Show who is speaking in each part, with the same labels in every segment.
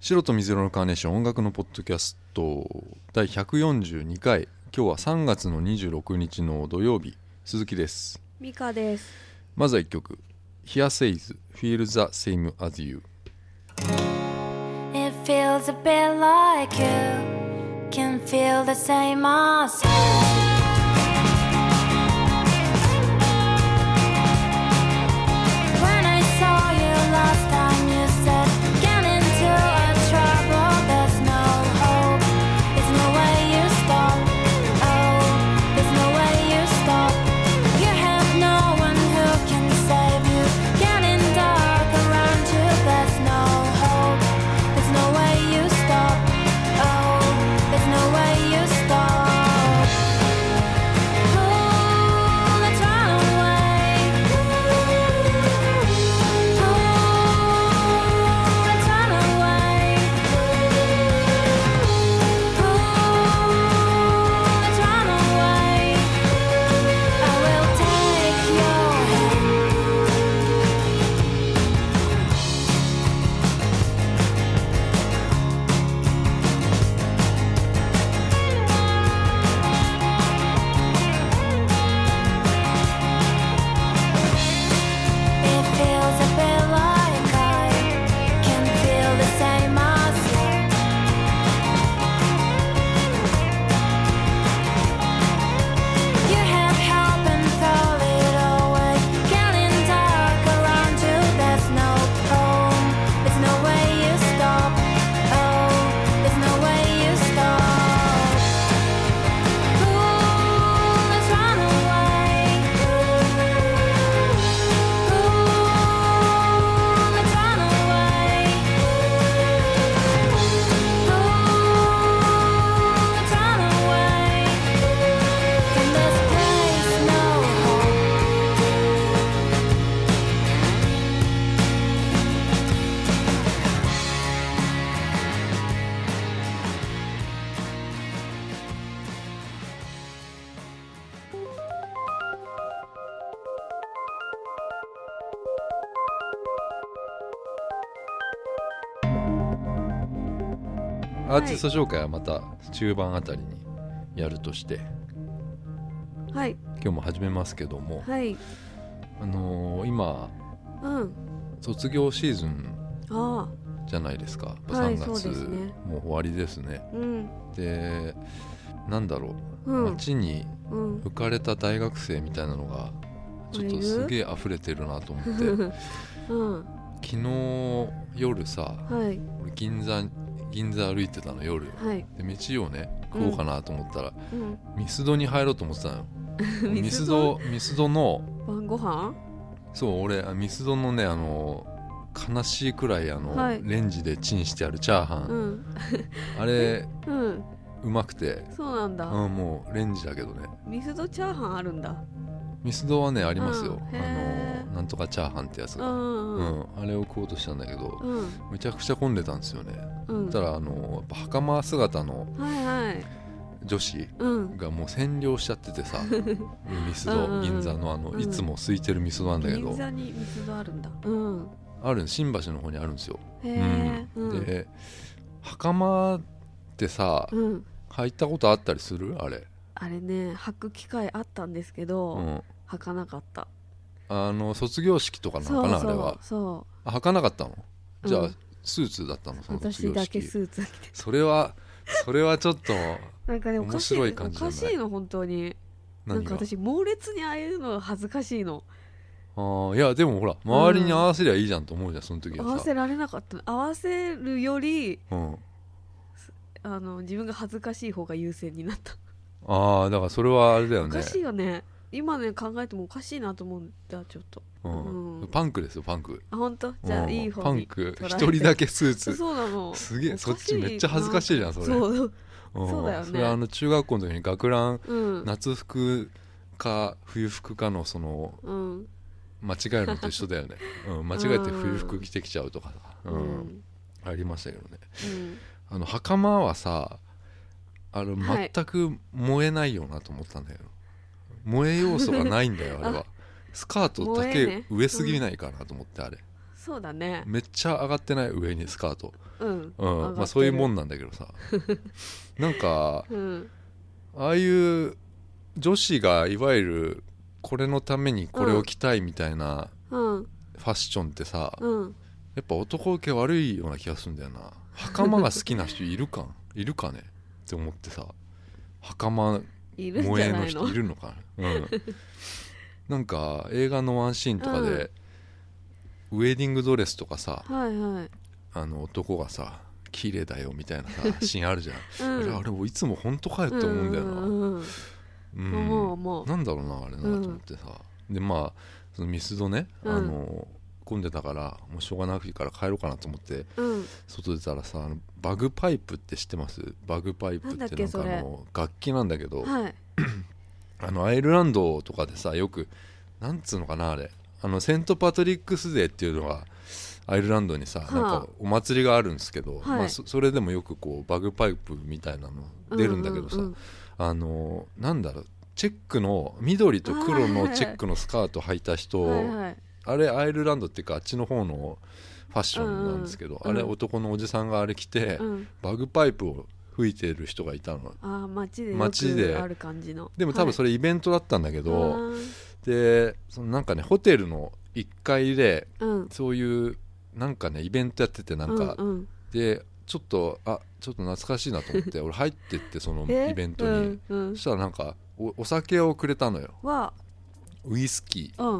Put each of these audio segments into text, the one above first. Speaker 1: 白と水色のカーネーション音楽のポッドキャスト第142回今日は3月の26日の土曜日鈴木です
Speaker 2: ミカです。
Speaker 1: まずは1曲「Here Says Feel the Same as You」
Speaker 3: It feels a bit like you can feel the same as you. When I saw you last time, you said, Get into a trouble, there's no hope. There's no way you stop. Oh, there's no way you stop. You have no one who can save you. Getting dark around you, there's no hope. There's no way you stop. Oh, there's no way you stop. Pull the throne away. Pull the throne away. Pull the throne away. I will take your hand. It feels a bit like I can feel the same as you. You have help and throw it away. Getting dark around you, there's no home. There's no way you stop. Oh, there's no way you stop. Ooh, let's run away. Ooh, let's run away. Ooh, let's run away. From this place, no hope.
Speaker 1: アーティスト紹介はまた中盤あたりにやるとして
Speaker 2: はい
Speaker 1: 今日も始めますけども、
Speaker 2: はい
Speaker 1: あのー今
Speaker 2: うん
Speaker 1: 卒業シーズン
Speaker 2: あ
Speaker 1: じゃないですか
Speaker 2: はい
Speaker 1: 3月、
Speaker 2: そうですね
Speaker 1: もう終わりですね
Speaker 2: あうん
Speaker 1: でなんだろ
Speaker 2: う
Speaker 1: う、
Speaker 2: ん
Speaker 1: 街に
Speaker 2: うん
Speaker 1: 浮かれた大学生みたいなのがちょっ
Speaker 2: い
Speaker 1: と
Speaker 2: る
Speaker 1: すげえ溢れてるなと思って
Speaker 2: うん
Speaker 1: 昨日夜さ
Speaker 2: はい
Speaker 1: 俺銀座銀座歩いてたの夜
Speaker 2: はい
Speaker 1: で道をね食おうかなと思ったら、
Speaker 2: うん
Speaker 1: ミスドに入ろうと思ってたのよミ
Speaker 2: ミ
Speaker 1: ス
Speaker 2: ス
Speaker 1: ド
Speaker 2: ド
Speaker 1: ミスドの
Speaker 2: 晩ご飯
Speaker 1: そう俺あミスドのねあの悲しいくらいあの、
Speaker 2: はい
Speaker 1: レンジでチンしてあるチャーハン、
Speaker 2: うん
Speaker 1: あれ
Speaker 2: うん
Speaker 1: うまくて、
Speaker 2: そうなんだ、
Speaker 1: うん、もうレンジだけどね
Speaker 2: ミスドチャーハンあるんだ
Speaker 1: ミスドはねありますよ、
Speaker 2: うん
Speaker 1: あ
Speaker 2: へ
Speaker 1: の
Speaker 2: ー
Speaker 1: なんとかチャーハンってやつ
Speaker 2: う
Speaker 1: が、
Speaker 2: ん
Speaker 1: う
Speaker 2: うん
Speaker 1: んあれを食おうとしたんだけど
Speaker 2: うん
Speaker 1: めちゃくちゃ混んでたんですよね
Speaker 2: うん
Speaker 1: そしたらあのやっぱ袴姿の
Speaker 2: はいはい
Speaker 1: 女子
Speaker 2: うん
Speaker 1: がもう占領しちゃっててさミスド、
Speaker 2: うんうん
Speaker 1: 銀座のあの、
Speaker 2: うん
Speaker 1: いつも空いてるミスドなんだけ
Speaker 2: 銀
Speaker 1: ど
Speaker 2: 座にミスドあるんだうん
Speaker 1: ある新橋の方にあるんですよ、
Speaker 2: へ
Speaker 1: うん
Speaker 2: えうん
Speaker 1: で袴ってさ
Speaker 2: うん
Speaker 1: 履いたことあったりするあれ、
Speaker 2: あれね履く機会あったんですけ
Speaker 1: う
Speaker 2: ど
Speaker 1: ん、
Speaker 2: 履かなかった
Speaker 1: あの卒業式とかなの
Speaker 2: そ
Speaker 1: かな
Speaker 2: うそ
Speaker 1: あれは
Speaker 2: うそ
Speaker 1: あ履かなかったの
Speaker 2: う
Speaker 1: じゃあ、
Speaker 2: うん
Speaker 1: スーツだったのその卒
Speaker 2: 私
Speaker 1: 業
Speaker 2: だ
Speaker 1: 式
Speaker 2: けスーツ着て
Speaker 1: それはそれはちょっと
Speaker 2: なんかでもおかしい
Speaker 1: 面白い感じじゃな
Speaker 2: お
Speaker 1: い
Speaker 2: かしいの本当になん
Speaker 1: 何
Speaker 2: か
Speaker 1: が
Speaker 2: 私猛烈にああいうの恥ずかしいの
Speaker 1: あーいやでもほら周りに合わせりゃいいじゃんと思うじゃんその時
Speaker 2: 合
Speaker 1: は
Speaker 2: わ
Speaker 1: さ
Speaker 2: せ、られなかった合わせるより
Speaker 1: うん、
Speaker 2: あの自分が恥ずかしい方が優先になった、
Speaker 1: ああだからそれはあれだよ
Speaker 2: お
Speaker 1: ね
Speaker 2: かしいよね今ね考えてもおかしいなと思うんだちょっと
Speaker 1: うん
Speaker 2: うん
Speaker 1: パンクですよパンク
Speaker 2: あ本当じゃ
Speaker 1: うん
Speaker 2: あいい方
Speaker 1: パン
Speaker 2: に
Speaker 1: ク
Speaker 2: 捉え
Speaker 1: 一
Speaker 2: て
Speaker 1: 人だけスー
Speaker 2: そう
Speaker 1: ツ
Speaker 2: そうなの
Speaker 1: すげえ
Speaker 2: おかしい
Speaker 1: そっちめっちゃ恥ずかしいじゃんそれ
Speaker 2: そう
Speaker 1: うん
Speaker 2: そうだよね
Speaker 1: それあの中学校の時に学ラン
Speaker 2: うん
Speaker 1: 夏服か冬服かのその
Speaker 2: うん
Speaker 1: 間違えるのと一緒だよね、うん、間違えて冬服着てきちゃうとかさ、
Speaker 2: う、
Speaker 1: うん
Speaker 2: うんん
Speaker 1: ありましたけどねあの袴はさあの
Speaker 2: はい
Speaker 1: 全く燃えないよなと思ったんだよ、 燃え要素がないんだよあれはスカートだ
Speaker 2: 燃え
Speaker 1: け
Speaker 2: ね
Speaker 1: 上すぎないかなと思ってあれ、
Speaker 2: そうだね
Speaker 1: めっちゃ上がってない上にスカート、
Speaker 2: うん上
Speaker 1: う
Speaker 2: がっ
Speaker 1: ん
Speaker 2: て
Speaker 1: まあ、
Speaker 2: る
Speaker 1: そういうもんなんだけどさなんか
Speaker 2: うん
Speaker 1: ああいう女子がいわゆるこれのためにこれを着たいみたいな
Speaker 2: うん
Speaker 1: ファッションってさ、
Speaker 2: うん
Speaker 1: やっぱ男受け悪いような気がするんだよな袴が好きな人いるかいるかねって思ってさ袴
Speaker 2: いるん
Speaker 1: 萌
Speaker 2: じ
Speaker 1: え
Speaker 2: ゃ
Speaker 1: の
Speaker 2: ないの
Speaker 1: 人いるのかな、うん、なんか映画のワンシーンとかで、ウェディングドレスとかさ
Speaker 2: はいはい
Speaker 1: あの男がさ綺麗だよみたいなさ シーンあるじゃん、
Speaker 2: うん
Speaker 1: あれあれもいつも本当かよって思うんだよな、
Speaker 2: うんうんうん
Speaker 1: うん
Speaker 2: 思う思う
Speaker 1: なんだろうなあれなと
Speaker 2: うん
Speaker 1: 思ってさ、でまあそのミスドね、
Speaker 2: うん
Speaker 1: あの混んでたからもうしょうがないから帰ろうかなと思って
Speaker 2: うん
Speaker 1: 外出たらさあのバグパイプって知ってますバグパイプってなん
Speaker 2: なんだっ
Speaker 1: か
Speaker 2: け
Speaker 1: あ
Speaker 2: それ
Speaker 1: の楽器なんだけど
Speaker 2: はい
Speaker 1: あのアイルランドとかでさよくなんつうのかなあれあのセント・パトリックスデーっていうのがアイルランドにさ、
Speaker 2: あ
Speaker 1: なんかお祭りがあるんですけど、
Speaker 2: はい
Speaker 1: まあ、そそれでもよくこうバグパイプみたいなの出るんだけどさ、
Speaker 2: うんうん
Speaker 1: あのなんだろうチェックの緑と黒のチェックのスカート履いた人
Speaker 2: うんはいはい
Speaker 1: あれアイルランドっていうかあっちの方のファッションなんですけど、
Speaker 2: うんうん
Speaker 1: あれ男のおじさんがあれ着て、
Speaker 2: うん
Speaker 1: バグパイプを吹いてる人がいたの
Speaker 2: あー街で
Speaker 1: 街で
Speaker 2: よくある感じの
Speaker 1: でも多分それイベントだったんだけ
Speaker 2: れ
Speaker 1: ど、でそのなんかねホテルの1階で
Speaker 2: うん
Speaker 1: そういうなんかねイベントやっててなんか、
Speaker 2: うんうん
Speaker 1: でちょっとあちょっと懐かしいなと思って 俺入ってってその
Speaker 2: え
Speaker 1: イベントに、
Speaker 2: うんうん
Speaker 1: そしたらなんかおお酒をくれたのよ
Speaker 2: は
Speaker 1: ウイスキ
Speaker 2: うん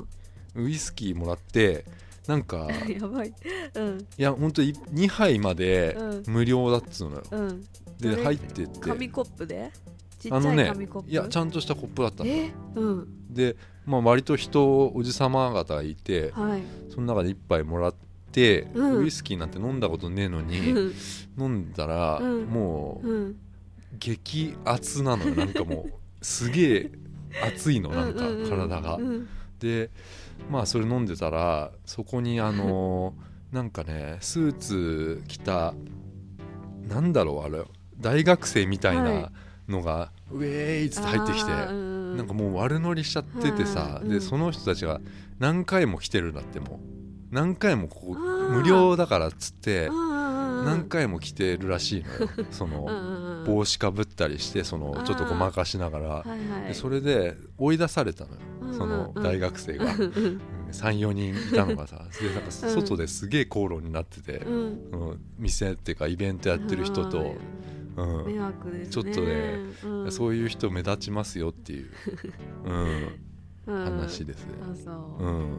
Speaker 1: ー ウイスキーもらってなんかい
Speaker 2: やばいうん
Speaker 1: やほんと2杯まで
Speaker 2: う
Speaker 1: 無料だっつうのよ、
Speaker 2: うんど
Speaker 1: で
Speaker 2: れ
Speaker 1: 入ってって
Speaker 2: 紙コップでちっち
Speaker 1: あの
Speaker 2: ゃい
Speaker 1: ね
Speaker 2: 紙コップ
Speaker 1: いやちゃんとしたコップだったの
Speaker 2: えうん
Speaker 1: で、まあ、割と人おじさま方がいて
Speaker 2: はい
Speaker 1: その中で一杯もらって、
Speaker 2: うん
Speaker 1: ウイスキーなんて飲んだことねえのに
Speaker 2: うん
Speaker 1: 飲んだら、
Speaker 2: うん
Speaker 1: もう
Speaker 2: うん
Speaker 1: 激熱なのよなんかもうすげえ熱いのなんか
Speaker 2: うう
Speaker 1: 体が。
Speaker 2: うん
Speaker 1: でまあそれ飲んでたらそこにあのなんかねスーツ着たなんだろうあれ大学生みたい
Speaker 2: はい
Speaker 1: なのが、ウェーイっつって入ってきて。
Speaker 2: あーうん
Speaker 1: なんかもう悪乗りしちゃっててさ、
Speaker 2: うんう
Speaker 1: で
Speaker 2: ん
Speaker 1: その人たちが何回も来てるんだってもう何回もここ
Speaker 2: あー
Speaker 1: 無料だからっつって
Speaker 2: な
Speaker 1: 何回も来てるらしいの よその
Speaker 2: 帽
Speaker 1: 帽子かぶったりしてそのちょっとごまかしながら、
Speaker 2: はいは
Speaker 1: で
Speaker 2: い
Speaker 1: それで追い出されたのよ、
Speaker 2: うんうん
Speaker 1: その大学生が、34人いたのが さでなんか外ですげえ口論になってて、
Speaker 2: うん
Speaker 1: うん店っていうかイベントやってる人と、うん
Speaker 2: 迷惑ですね
Speaker 1: ちょっとね
Speaker 2: うん
Speaker 1: そういう人目立ちますよって いう、うん、
Speaker 2: うん
Speaker 1: 話ですね。
Speaker 2: あそう
Speaker 1: うんん、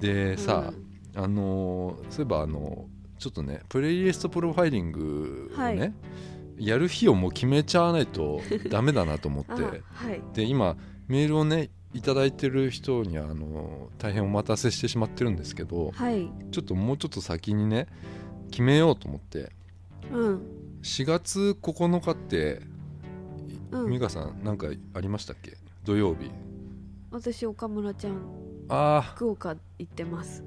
Speaker 1: でさ、あのーそういえばあのーちょっとねプレイリストプロファイリングをね、
Speaker 2: はい
Speaker 1: やる日をもう決めちゃわない とダメだなと思っ
Speaker 2: あ
Speaker 1: て
Speaker 2: はい
Speaker 1: で今メールをねいただいてる人にはあのー大変お待たせしてしまってるんですけど
Speaker 2: はい
Speaker 1: ちょっともうちょっと先にね決めようと思って
Speaker 2: うん
Speaker 1: 4月9日って、
Speaker 2: うん
Speaker 1: 美香さんなんかありましたっけ土曜日
Speaker 2: 私岡村ちゃん
Speaker 1: あ
Speaker 2: 福岡行ってます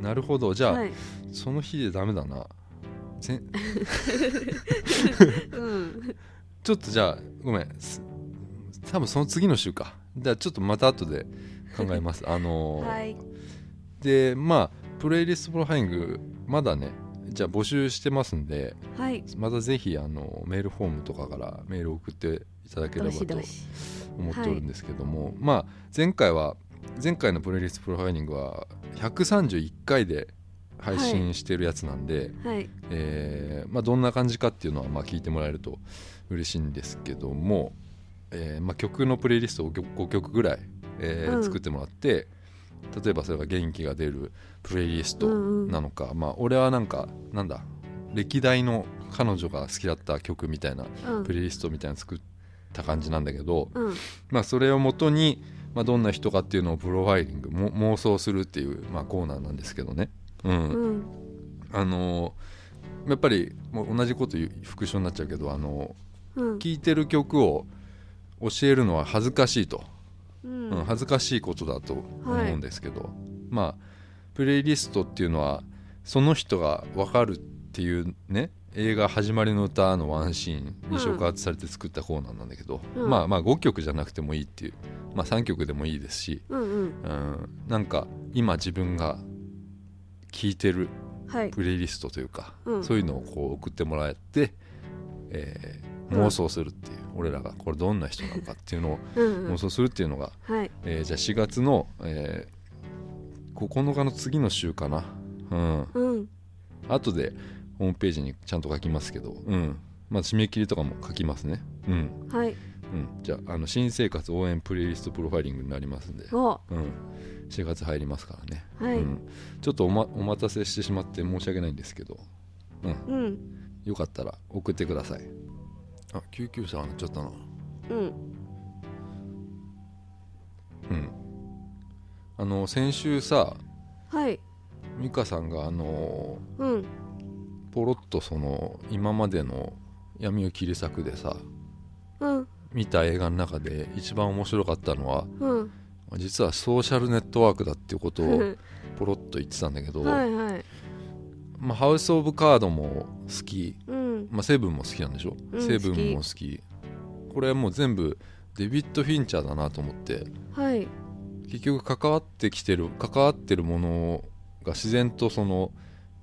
Speaker 1: あなるほどじゃあ、
Speaker 2: はい
Speaker 1: その日でダメだなせん
Speaker 2: うん
Speaker 1: ちょっとじゃあごめんす多分その次の週かじゃあちょっとまた後で考えますあのー
Speaker 2: はい
Speaker 1: でまあプレイリストプロハイングまだねじゃあ募集してますんで
Speaker 2: はい
Speaker 1: またぜひあのメールフォームとかからメール送っていただけれ
Speaker 2: ど
Speaker 1: ば
Speaker 2: し
Speaker 1: と
Speaker 2: どし
Speaker 1: 思っておるんですけども、まあ前回は前回のプレイリストプロファイリングは131回で配信してるやつなんで、
Speaker 2: はい
Speaker 1: えーまあ、どんな感じかっていうのはまあ聞いてもらえると嬉しいんですけども、えーまあ、曲のプレイリストを 5, 曲ぐらい、えー
Speaker 2: うん
Speaker 1: 作ってもらって例えばそれが元気が出るプレイリスト
Speaker 2: うんうん
Speaker 1: なのか、まあ、俺はなんかなんだ歴代の彼女が好きだった曲みたいな
Speaker 2: うん
Speaker 1: プレイリストみたいなの作った感じなんだけど、
Speaker 2: うん
Speaker 1: まあ、それをもとに、まあ、どんな人かっていうのをプロファイリングも妄想するっていう、まあ、コーナーなんですけどね。うん
Speaker 2: うん
Speaker 1: あのーやっぱりもう同じこと言う復唱になっちゃうけどあの
Speaker 2: うん
Speaker 1: 聴いてる曲を教えるのは恥ずかしいと、
Speaker 2: う
Speaker 1: うん
Speaker 2: ん
Speaker 1: 恥ずかしいことだと思
Speaker 2: はい
Speaker 1: うんですけど、まあプレイリストっていうのはその人が分かるっていうね映画「始まりの歌」のワンシーンに触発されて作ったコーナーなんだけど、
Speaker 2: うん
Speaker 1: まあまあ5曲じゃなくてもいいっていう、まあ、3曲でもいいですし、
Speaker 2: うんうん
Speaker 1: うん、なんか今自分が聴いてる
Speaker 2: はい
Speaker 1: プレイリストというか、
Speaker 2: うん
Speaker 1: そういうのをこう送ってもらって、えー
Speaker 2: うん
Speaker 1: 妄想するっていう、俺らがこれどんな人なのかっていうのを
Speaker 2: うん
Speaker 1: 妄
Speaker 2: うん
Speaker 1: 想するっていうのが、
Speaker 2: はい
Speaker 1: えーじゃあ4月の、えー9日の次の週かな、うん、
Speaker 2: うん
Speaker 1: 後でホームページにちゃんと書きますけど、うんまあ、締め切りとかも書きますね、うん
Speaker 2: はい
Speaker 1: うん、じゃああの新生活応援プレイリストプロファイリングになりますんで、
Speaker 2: お
Speaker 1: うん、4月入りますからね、
Speaker 2: はい
Speaker 1: うん、ちょっとお,、ま、お待たせしてしまって申し訳ないんですけど、うん、
Speaker 2: うん
Speaker 1: よかったら送ってくださいあ救急車が鳴っちゃったな
Speaker 2: うん
Speaker 1: うんあの先週さ
Speaker 2: はい
Speaker 1: 美香さんがあの
Speaker 2: うん
Speaker 1: ポロッとその今までの闇を切り裂くでさ
Speaker 2: うん
Speaker 1: 見た映画の中で一番面白かったのは
Speaker 2: うん
Speaker 1: 実はソーシャルネットワークだっていうこと をポロッと言ってたんだけど、
Speaker 2: はいはい
Speaker 1: まあ、ハウス・オブ・カードも好き、
Speaker 2: うん
Speaker 1: まあ、セブンも好きなんでしょ、
Speaker 2: うん
Speaker 1: セブンも好きこれはもう全部デビッド・フィンチャーだなと思って
Speaker 2: はい
Speaker 1: 結局関わってきてる関わってるものが自然とその、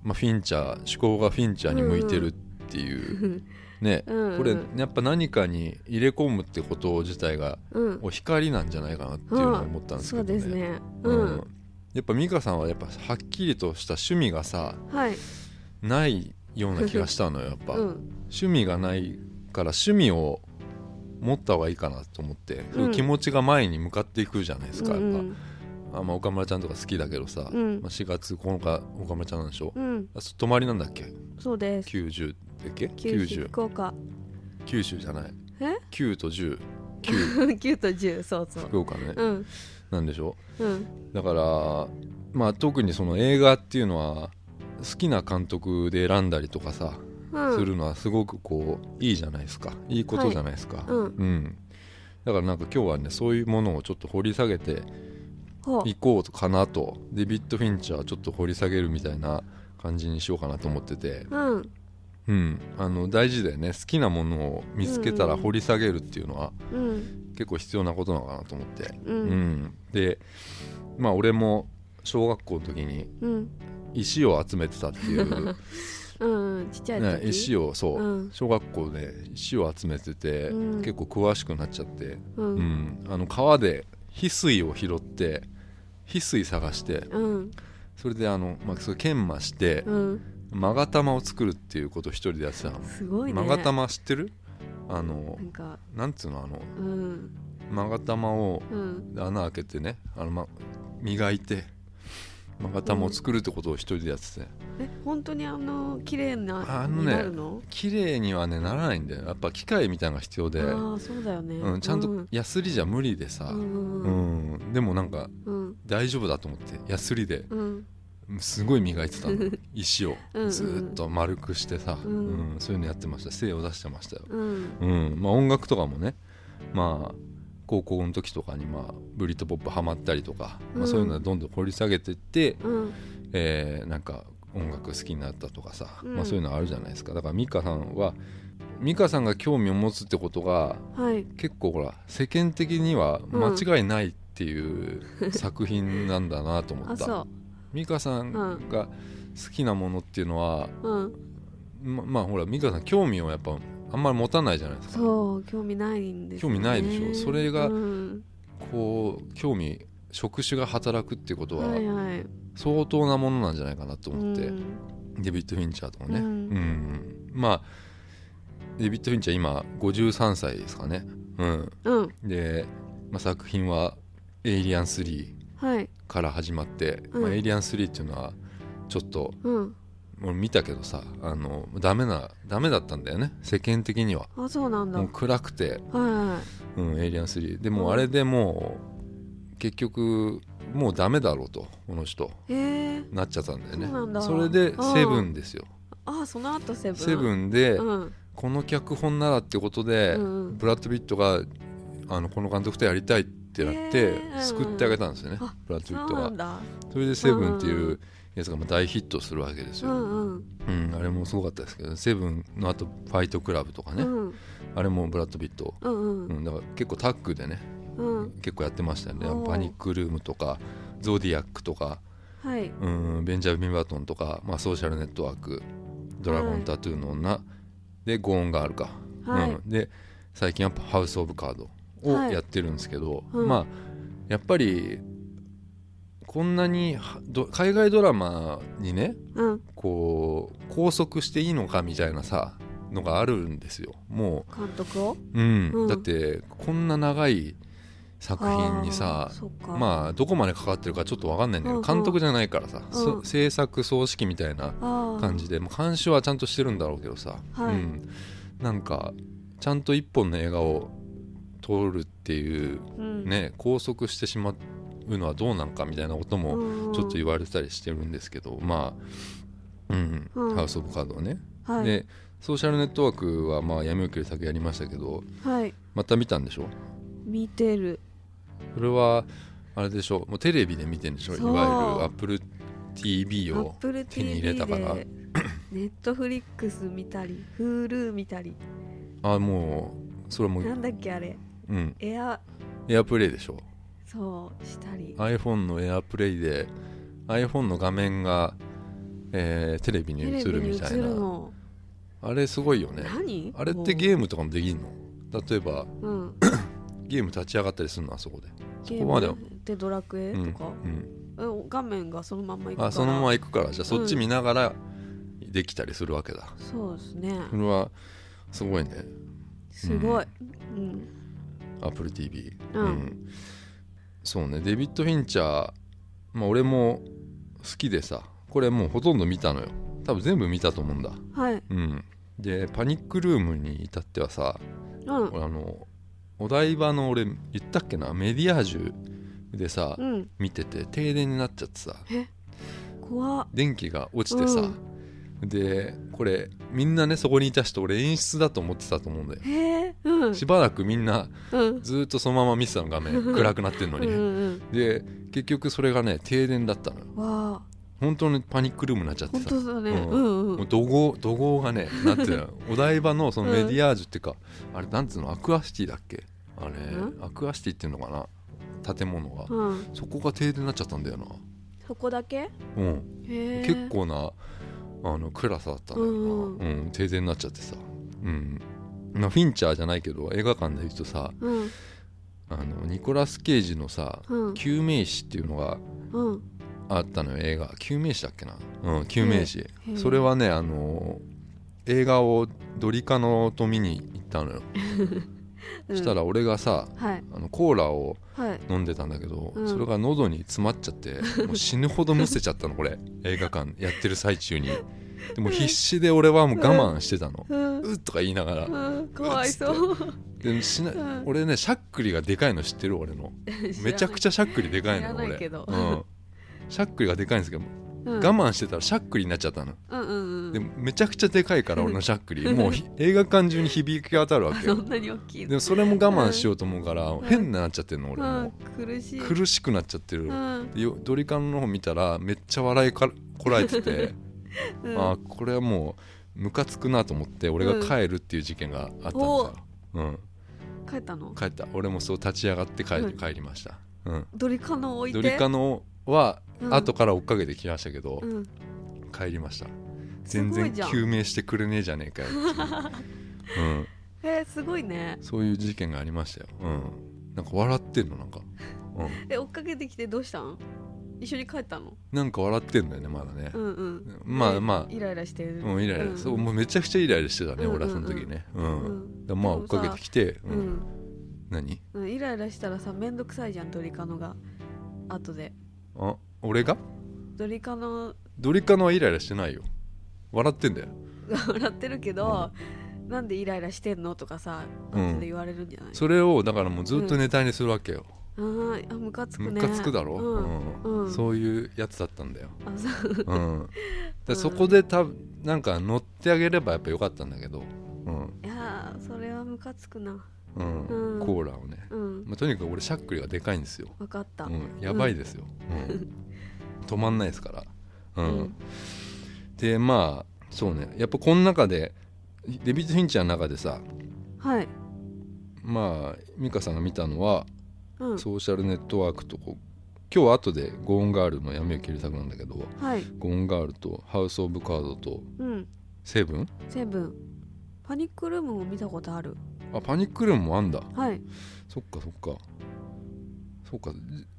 Speaker 1: まあ、フィンチャー思考がフィンチャーに向いてるっていう、ね
Speaker 2: うんうん
Speaker 1: これやっぱ何かに入れ込むってこと自体が
Speaker 2: うん
Speaker 1: お光なんじゃないかなっていうのを思ったんです
Speaker 2: そ
Speaker 1: け
Speaker 2: う
Speaker 1: ど
Speaker 2: です
Speaker 1: ね。
Speaker 2: ねう
Speaker 1: うん
Speaker 2: ん
Speaker 1: やっぱ美香さんはやっぱはっきりとした趣味がさ
Speaker 2: はい
Speaker 1: ないような気がしたのよやっぱ、
Speaker 2: うん
Speaker 1: 趣味がないから趣味を持った方がいいかなと思って、そういう気持ちが前に向かっていくじゃないですか、
Speaker 2: う
Speaker 1: やっぱ
Speaker 2: ん
Speaker 1: あまあ、岡村ちゃんとか好きだけどさ、
Speaker 2: うん
Speaker 1: まあ、4月9日岡村ちゃんなんでしょ、
Speaker 2: うん
Speaker 1: あそ泊まりなんだっけ
Speaker 2: そうです
Speaker 1: 90だっけ
Speaker 2: 九州
Speaker 1: 90,
Speaker 2: 福 岡
Speaker 1: 九州じゃない
Speaker 2: え
Speaker 1: 9と109
Speaker 2: 9と10そうそう
Speaker 1: 福岡ね、
Speaker 2: うん
Speaker 1: なんでしょ
Speaker 2: うん
Speaker 1: だからまあ特にその映画っていうのは好きな監督で選んだりとかさ、
Speaker 2: うん
Speaker 1: するのはすごくこういいじゃないですかいいことじゃないですか、
Speaker 2: うん
Speaker 1: うんだからなんか今日はねそういうものをちょっと掘り下げて
Speaker 2: ほう
Speaker 1: 行こうかなとデビッド・フィンチャーちょっと掘り下げるみたいな感じにしようかなと思ってて、
Speaker 2: うん
Speaker 1: うん、あの大事だよね好きなものを見つけた
Speaker 2: うん
Speaker 1: ら
Speaker 2: うん
Speaker 1: 掘り下げるっていうのは
Speaker 2: うん
Speaker 1: 結構必要なことなのかなと思って、
Speaker 2: う
Speaker 1: うん
Speaker 2: ん
Speaker 1: でまあ俺も小学校の時に
Speaker 2: うん
Speaker 1: 石を集めてたって いう、
Speaker 2: うんちっちゃい
Speaker 1: ね、
Speaker 2: 時
Speaker 1: 石をそう、
Speaker 2: うん
Speaker 1: 小学校で石を集めてて、
Speaker 2: うん
Speaker 1: 結構詳しくなっちゃって、
Speaker 2: う
Speaker 1: うんん、あの川で翡翠を拾って翡翠探して
Speaker 2: うん
Speaker 1: それであの、まあ、それ研磨して
Speaker 2: うん
Speaker 1: 勾玉を作るっていうことを一人でやってたの
Speaker 2: すごいね
Speaker 1: 勾玉知ってるあの
Speaker 2: なんか
Speaker 1: なんつうのあの
Speaker 2: うん
Speaker 1: 勾玉を
Speaker 2: うん
Speaker 1: 穴開けてねあの、ま、磨いて勾玉を作るってことを一人でやってて、
Speaker 2: え本当にあの綺麗な
Speaker 1: あの
Speaker 2: に
Speaker 1: ね
Speaker 2: なるの
Speaker 1: 綺麗にはねならないんだよやっぱ機械みたいなのが必要で、
Speaker 2: ああそうだよね
Speaker 1: うん、ちゃん
Speaker 2: う
Speaker 1: とヤスリじゃ無理でさ、
Speaker 2: うん
Speaker 1: う
Speaker 2: うん
Speaker 1: んでもなんか
Speaker 2: うん
Speaker 1: 大丈夫だと思ってヤスリで
Speaker 2: うん
Speaker 1: すごい磨いてた の石を
Speaker 2: うんうん
Speaker 1: ずーっと丸くしてさ、
Speaker 2: う
Speaker 1: うんんそういうのやってました精を出してましたよ、
Speaker 2: うん
Speaker 1: うんまあ、音楽とかもねまあ高校の時とかにまあブリッドポップハマったりとか、
Speaker 2: う
Speaker 1: まあ、
Speaker 2: ん
Speaker 1: そういうのはどんどん掘り下げてって、
Speaker 2: うん
Speaker 1: えーなんか音楽好きになったとかさ、
Speaker 2: うん
Speaker 1: まあ、そういうのあるじゃないですかだから美香さんは美香さんが興味を持つってことが
Speaker 2: はい
Speaker 1: 結構ほら世間的には間違いないっていうう作品なんだなと思
Speaker 2: あ
Speaker 1: った、
Speaker 2: そ
Speaker 1: 美香さんが好きなものっていうのは、
Speaker 2: ううん
Speaker 1: ままあほら美香さん興味をやっぱあんまり持たないじゃないですか
Speaker 2: そう興味ないんですよね
Speaker 1: 興味ないでしょそれが
Speaker 2: うん
Speaker 1: こう興味触手が働くってことは
Speaker 2: はいはい
Speaker 1: 相当なものなんじゃないかなと思って、
Speaker 2: うん
Speaker 1: デビッド・フィンチャーともね、
Speaker 2: う
Speaker 1: うんんまあデビッド・フィンチャー今53歳ですかね、うん、
Speaker 2: うん
Speaker 1: で、まあ、作品は「エイリアン3
Speaker 2: はい」
Speaker 1: から始まって「
Speaker 2: うん
Speaker 1: まあ、エイリアン3」っていうのはちょっと
Speaker 2: うん
Speaker 1: 俺見たけどさあのダメなダメだったんだよね世間的には
Speaker 2: あそうなんだ
Speaker 1: もう暗くて
Speaker 2: はいは
Speaker 1: 「うん、エイリアン3」で
Speaker 2: う
Speaker 1: も
Speaker 2: ん
Speaker 1: あれでもう結局もうダメだろうとこの人
Speaker 2: いへえ
Speaker 1: なっちゃったんだよね
Speaker 2: そうなんだ
Speaker 1: れで
Speaker 2: あー
Speaker 1: 「セブン」ですよ
Speaker 2: あその後
Speaker 1: 「
Speaker 2: セブン
Speaker 1: セブ
Speaker 2: ン
Speaker 1: ン」で
Speaker 2: うん
Speaker 1: この脚本ならってことで、
Speaker 2: うんうん
Speaker 1: ブラッド・ビットがあのこの監督とやりたいってなって
Speaker 2: へー
Speaker 1: 救ってあげたんですよね、
Speaker 2: あ
Speaker 1: ブラッド・
Speaker 2: そ
Speaker 1: ビッ
Speaker 2: う
Speaker 1: ト
Speaker 2: な
Speaker 1: が
Speaker 2: んだ
Speaker 1: それで「セブン」って
Speaker 2: うんう
Speaker 1: い
Speaker 2: ん
Speaker 1: うやつがまあ大ヒットするわけです
Speaker 2: う
Speaker 1: よ、
Speaker 2: んうん
Speaker 1: うんあれもすごかったですけど「セブン」のあと「ファイトクラブ」とか
Speaker 2: う
Speaker 1: ね、
Speaker 2: ん
Speaker 1: あれもブラッド・ビット、
Speaker 2: うんう
Speaker 1: うんん、だから結構タッグでね
Speaker 2: うん
Speaker 1: 結構やってましたよね
Speaker 2: おー
Speaker 1: パニックルームとかゾディアックとか
Speaker 2: はい。
Speaker 1: うんベンジャミン・バトンとか、まあ、ソーシャルネットワーク「ドラゴン・タトゥーの女」で「ゴーンがあるか」
Speaker 2: はい。
Speaker 1: うん、で最近やっぱ「ハウス・オブ・カード」を
Speaker 2: はい
Speaker 1: やってるんですけど、
Speaker 2: うん
Speaker 1: まあやっぱりこんなにはど海外ドラマにね
Speaker 2: うん。
Speaker 1: こう拘束していいのかみたいなさのがあるんですよも
Speaker 2: 監督を。
Speaker 1: う、うん
Speaker 2: うん
Speaker 1: だってこんな長い作品にさ
Speaker 2: あーそっか。
Speaker 1: まあどこまでかかってるかちょっと分かんないんだけど
Speaker 2: うんうん
Speaker 1: 監督じゃないからさ、そ
Speaker 2: うん
Speaker 1: 制作総指揮みたいな
Speaker 2: ああ。
Speaker 1: 感じでもう監修はちゃんとしてるんだろうけどさ、
Speaker 2: はい
Speaker 1: うん、なんかちゃんと一本の映画を撮るっていう
Speaker 2: うん。
Speaker 1: ね拘束してしまうのはどうなんかみたいなこと
Speaker 2: う
Speaker 1: も
Speaker 2: ん。
Speaker 1: ちょっと言われてたりしてるんですけど、まあ、うん
Speaker 2: うん
Speaker 1: ハウス・オブ・カードはね。
Speaker 2: はい。
Speaker 1: でソーシャルネットワークはまあ闇受ける作やりましたけど
Speaker 2: はい。
Speaker 1: また見たんでしょ
Speaker 2: 見てる。
Speaker 1: それはあれでしょもうテレビで見てるんでしょい
Speaker 2: そう
Speaker 1: わゆる Apple TV
Speaker 2: ア
Speaker 1: を
Speaker 2: ップル
Speaker 1: 手に
Speaker 2: TV
Speaker 1: 入れ
Speaker 2: で。
Speaker 1: たかな
Speaker 2: ネットフリックス見たり、Hulu 見たり、
Speaker 1: あもうそれはも
Speaker 2: な
Speaker 1: うん
Speaker 2: だっけあれ、
Speaker 1: うん
Speaker 2: エア、
Speaker 1: エアプレイでしょ
Speaker 2: そうしたり。
Speaker 1: iPhone の AirPlay で iPhone の画面が、えーテレビに
Speaker 2: テ
Speaker 1: 映
Speaker 2: レビ
Speaker 1: る
Speaker 2: に
Speaker 1: み
Speaker 2: 映
Speaker 1: たいな
Speaker 2: るの。
Speaker 1: あれすごいよね
Speaker 2: 何？
Speaker 1: あれってゲームとかもできんの例えば
Speaker 2: ーム。うん。
Speaker 1: ゲーム立ち上がったりするのあそこで
Speaker 2: ゲ
Speaker 1: こまで
Speaker 2: ームでドラクエとか、
Speaker 1: うん
Speaker 2: え画面がそのまんまいく
Speaker 1: うん、
Speaker 2: から。
Speaker 1: あそのまま行くからじゃあそっち見ながらできたりするわけだ、
Speaker 2: そうですね。
Speaker 1: それはすごいね
Speaker 2: すごい。うん。
Speaker 1: Apple TV、
Speaker 2: うん
Speaker 1: そうねデビッド・フィンチャー、まあ、俺も好きでさこれもうほとんど見たのよ多分全部見たと思うんだ
Speaker 2: はい。
Speaker 1: うんでパニックルームに至ってはさ
Speaker 2: うん。
Speaker 1: 俺あのお台場の俺言ったっけなメディアージュでさ
Speaker 2: うん。
Speaker 1: 見てて停電になっちゃってさ
Speaker 2: 怖っ。
Speaker 1: 電気が落ちてさ、でこれみんなねそこにいた人俺演出だと思ってたと思うんだよ
Speaker 2: へえ。うん。
Speaker 1: しばらくみんな
Speaker 2: うん。
Speaker 1: ずーっとそのまま見てたの画 面暗くなってんの
Speaker 2: うんう
Speaker 1: に、
Speaker 2: ん
Speaker 1: で結局それがね停電だったのよ
Speaker 2: うん。わあ。
Speaker 1: 本当にパニックルームになっちゃって
Speaker 2: 本
Speaker 1: さ
Speaker 2: 当だね。
Speaker 1: うん
Speaker 2: うんう。
Speaker 1: もうん怒号怒号がねなってた のお台場のそのメディアージュっていうか、あれなんつうのアクアシティだっけあれ
Speaker 2: ん
Speaker 1: アクアシティっていうのかな建物が、
Speaker 2: うん。
Speaker 1: そこが停電になっちゃったんだよな
Speaker 2: そこだけ？
Speaker 1: うん、
Speaker 2: へえ。
Speaker 1: 結。構なあの暗さだったんだよな、
Speaker 2: うん
Speaker 1: うん停電になっちゃってさうんまあフィンチャーじゃないけど映画館で言うとさ
Speaker 2: うん
Speaker 1: あのニコラス・ケイジのさ
Speaker 2: うん
Speaker 1: 救命士っていうのが
Speaker 2: うん。
Speaker 1: あったのよ映画救命士だっけなうん救命士
Speaker 2: へえ
Speaker 1: それはねあのー映画をドリカノと見に行ったのよ、
Speaker 2: うん
Speaker 1: した。ら俺がさ
Speaker 2: はい
Speaker 1: あのコーラを
Speaker 2: はい。
Speaker 1: 飲んでたんだけど、
Speaker 2: うん
Speaker 1: それが喉に詰まっちゃ ってもう死ぬほどむせちゃったのこれ映画館やってる最中にでも必死で俺はもう我慢してたの、
Speaker 2: うん
Speaker 1: うっとか言いながら
Speaker 2: うん。かわいそう。
Speaker 1: でしな
Speaker 2: うん
Speaker 1: 俺ねしゃっくりがでかいの知ってる俺のめちゃくち
Speaker 2: ゃ。
Speaker 1: ゃしゃっくりでかいの
Speaker 2: 知らない
Speaker 1: 俺
Speaker 2: けど
Speaker 1: うん、しゃっくりがでかいんですけど
Speaker 2: 我
Speaker 1: 我。慢してたらしゃっくりになっちゃったの
Speaker 2: うんうんうん。
Speaker 1: でもめちゃくちゃでかいから俺のしゃっくり もうひ映画館中に響き渡るわけ
Speaker 2: そ
Speaker 1: よ
Speaker 2: んなに大きい
Speaker 1: で
Speaker 2: の。
Speaker 1: もそれも我慢しようと思うから
Speaker 2: ん
Speaker 1: 変になっちゃってるの俺
Speaker 2: う
Speaker 1: も
Speaker 2: ん。苦しい。
Speaker 1: 苦しくなっちゃってる
Speaker 2: うん。
Speaker 1: でよドリカンの方見たらめっちゃ笑いからこらえてて
Speaker 2: うん
Speaker 1: あーこれはもうムカつくなと思って俺が帰るっていう事件があったんだよ、うん、
Speaker 2: 帰ったの？
Speaker 1: 帰った俺もそう立ち上がって帰,、
Speaker 2: うん
Speaker 1: 帰りました、うん、
Speaker 2: ドリカノを置いて。
Speaker 1: ドリカノは
Speaker 2: うん
Speaker 1: 後から追っかけてきましたけど、
Speaker 2: うん。
Speaker 1: 帰りました
Speaker 2: す
Speaker 1: 全
Speaker 2: ごい
Speaker 1: 然
Speaker 2: じゃん
Speaker 1: 救命してくれねえじゃねえかよって いう、うん
Speaker 2: えーすごいね。
Speaker 1: そういう事件がありましたよ。うん。なんか笑ってんのなんか。うん。
Speaker 2: え追っかけてきてどうしたん？一緒に帰ったの？
Speaker 1: なんか笑ってんだよねまだね
Speaker 2: う。んうん。
Speaker 1: まあ
Speaker 2: で
Speaker 1: ま
Speaker 2: イライラしてる。
Speaker 1: あ。うんイライラ。そうもうめちゃくちゃイライラしてたね、
Speaker 2: うん
Speaker 1: 俺はその時ね。う。
Speaker 2: うんん
Speaker 1: でまあ追
Speaker 2: で
Speaker 1: っ
Speaker 2: もさ
Speaker 1: かけてきて、う
Speaker 2: うんん。
Speaker 1: 何？
Speaker 2: うんイライラしたらさめんどくさいじゃんドリカノが。後で
Speaker 1: あ、俺が？
Speaker 2: ドリカノ
Speaker 1: ドリカノはイライラしてないよ。笑ってんだよ。
Speaker 2: 笑ってるけど。なんでイライラしてんのとかさ、
Speaker 1: うん
Speaker 2: 後で言われるんじゃない、
Speaker 1: それをだからもうずっとネタにするわけよ。
Speaker 2: あーあムカつくね
Speaker 1: ムカつくだろ。
Speaker 2: うん、
Speaker 1: うん
Speaker 2: うん
Speaker 1: そういうやつだったん だよ。
Speaker 2: あそう
Speaker 1: うん。でそこでたなんか乗ってあげればやっぱよかったんだけど。うん
Speaker 2: いやーそれはムカつくな
Speaker 1: うん。
Speaker 2: うん
Speaker 1: コーラをね。
Speaker 2: うん
Speaker 1: まあ、とにかく俺しゃっくりがでかいんですよ、
Speaker 2: 分かった、
Speaker 1: うん、やばいですよ、うん 止まんないですから、うん
Speaker 2: うん
Speaker 1: でまあそうねやっぱこの中でデビッド・フィンチャーの中でさ
Speaker 2: はい、
Speaker 1: まあ美香さんが見たのは、
Speaker 2: うん、
Speaker 1: ソーシャルネットワークとこ今日は後でゴーンガールの闇を切りたくなんだけど
Speaker 2: はい
Speaker 1: ゴーンガールとハウス・オブ・カードと
Speaker 2: うん
Speaker 1: セブン
Speaker 2: セブンパニックルームも見たことある
Speaker 1: あパニックルームもあんだ
Speaker 2: はい
Speaker 1: そっかそっかそっか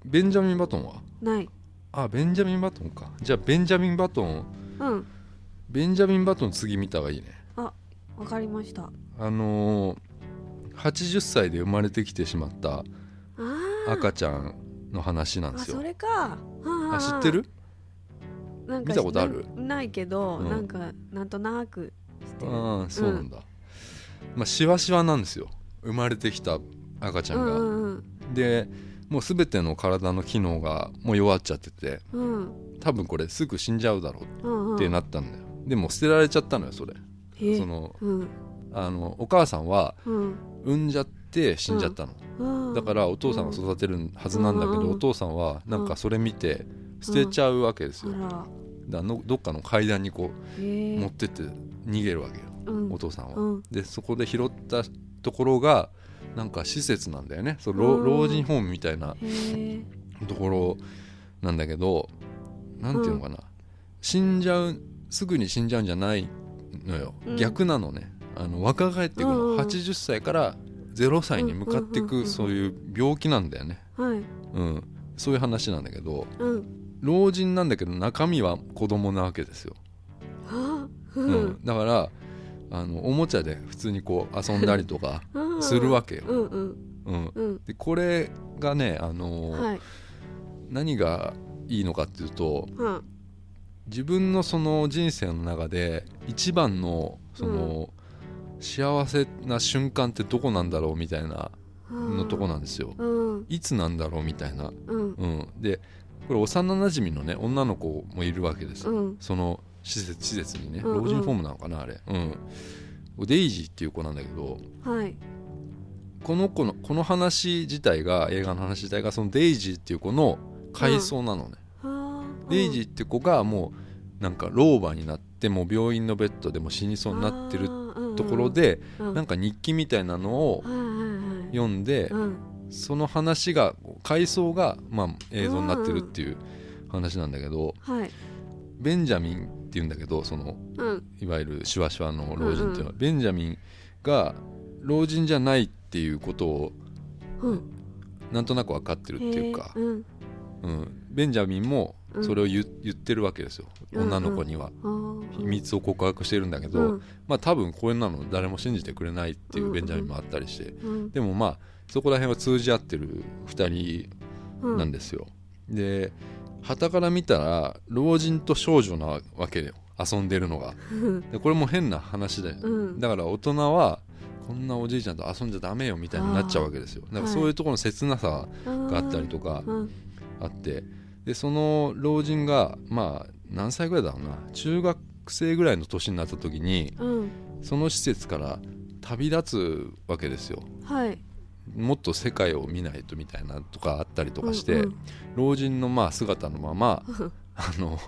Speaker 1: ベンジャミン・バトンは
Speaker 2: ない
Speaker 1: あベンジャミン・バトンかじゃあベンジャミン・バトン
Speaker 2: うん
Speaker 1: ベンジャミン・バトン次見た方がいいね
Speaker 2: わかりましたあ
Speaker 1: あのー、80歳で生まれてきてしまった
Speaker 2: ー
Speaker 1: 赤ちゃんの話なん
Speaker 2: あ
Speaker 1: です
Speaker 2: そ
Speaker 1: よ
Speaker 2: れか
Speaker 1: あ
Speaker 2: あ
Speaker 1: 知ってる
Speaker 2: なんか
Speaker 1: 見たことある
Speaker 2: なないけど、
Speaker 1: うん
Speaker 2: なんかなんとなく知ってる
Speaker 1: ああそうなんだ、まあしわしわなんですよ生まれてきた赤ちゃんが、
Speaker 2: うんうん
Speaker 1: でもう全ての体の機能がもう弱っちゃってて
Speaker 2: うん
Speaker 1: 多分これすぐ死んじゃうだろ
Speaker 2: うんうん
Speaker 1: うってなったんだよ、でも捨てられちゃったのよそれ
Speaker 2: へえ
Speaker 1: その
Speaker 2: うん
Speaker 1: あのお母さんは
Speaker 2: うん
Speaker 1: 産んじゃって死んじゃったの、
Speaker 2: うん
Speaker 1: だからお父さんが育てるはずなんだけど、
Speaker 2: うんうん
Speaker 1: お父さんはなんかそれ見て捨てちゃうわけですよ、だか
Speaker 2: あ
Speaker 1: らのどっかの階段にこ
Speaker 2: ら
Speaker 1: う
Speaker 2: へえ
Speaker 1: 持ってって逃げるわけよ、
Speaker 2: うん
Speaker 1: お父さんは、
Speaker 2: うん
Speaker 1: でそこで拾ったところがなんか施設なんだよねそう老
Speaker 2: うん
Speaker 1: 老人ホームみたいな
Speaker 2: へえ
Speaker 1: ところなんだけどなんていうのかな、死んじゃうすぐに死んじゃうんじゃないのよ、
Speaker 2: うん
Speaker 1: 逆なのねあの若返っていくの、
Speaker 2: うんうん
Speaker 1: 80歳から0歳に向かってい
Speaker 2: うんうんうんう
Speaker 1: く
Speaker 2: ん
Speaker 1: そういう病気なんだよね、
Speaker 2: はい
Speaker 1: うん、そういう話なんだけど
Speaker 2: うん
Speaker 1: 老人なんだけど中身は子供なわけですよ、
Speaker 2: はあ
Speaker 1: う
Speaker 2: うんん
Speaker 1: だからあのおもちゃで普通にこう遊んだりとか
Speaker 2: うん
Speaker 1: するわけよ、
Speaker 2: うんうん
Speaker 1: うん、
Speaker 2: うん
Speaker 1: でこれがね、あのー
Speaker 2: はい
Speaker 1: 何がいいのかっていうと
Speaker 2: は
Speaker 1: 自分のその人生の中で一番のその、幸せな瞬間ってどこなんだろうみたいな
Speaker 2: あ
Speaker 1: のとこなんですよ。
Speaker 2: うん
Speaker 1: いつなんだろうみたいな。
Speaker 2: うん
Speaker 1: うん、でこれ幼なじみのね女の子もいるわけです。
Speaker 2: うん
Speaker 1: その施設施設にね
Speaker 2: うんうん
Speaker 1: 老人ホームなのかなあれ。うん、デイジーっていう子なんだけど
Speaker 2: はい
Speaker 1: この子のこの話自体が映画の話自体がそのデイジーっていう子の回想なのね、
Speaker 2: はあ
Speaker 1: デイジーって子がもうなんか老婆になってもう病院のベッドでもう死にそうになってるところでなん
Speaker 2: か
Speaker 1: か日記みたいなのを読んで
Speaker 2: うん
Speaker 1: その話が回想がまあ映像になってるっていう話なんだけど
Speaker 2: はい
Speaker 1: ベンジャミンっていうんだけどその
Speaker 2: うん
Speaker 1: いわゆるシュワシュワの老人っていうのはベンジャミンが老人じゃないっていうことを
Speaker 2: うん
Speaker 1: なんとなく分かってるっていうか
Speaker 2: へえうん
Speaker 1: うん、ベンジャミンもそれを言,、言ってるわけですよ
Speaker 2: うん
Speaker 1: 女の子には、
Speaker 2: あー
Speaker 1: 秘密を告白してるんだけど、
Speaker 2: うん
Speaker 1: まあ多分これなの誰も信じてくれないっていううんベンジャミンもあったりして、
Speaker 2: うん
Speaker 1: でもまあそこら辺は通じ合ってる2人なんですよ、で傍から見たら老人と少女なわけよ遊んでるの が
Speaker 2: うん
Speaker 1: でこれも変な話だよね、
Speaker 2: うん
Speaker 1: だから大人はこんなおじいちゃんと遊んじゃダメよみたいになっちゃうわけですよだからそういうところの切なさがあったりとか、
Speaker 2: うん
Speaker 1: あってでその老人がまあ何歳ぐらいだろうな中学生ぐらいの年になった時に
Speaker 2: うん
Speaker 1: その施設から旅立つわけですよ
Speaker 2: はい
Speaker 1: もっと世界を見ないとみたいなとかあったりとかして、
Speaker 2: うん
Speaker 1: 老人のまあ姿のま ま
Speaker 2: うん
Speaker 1: あの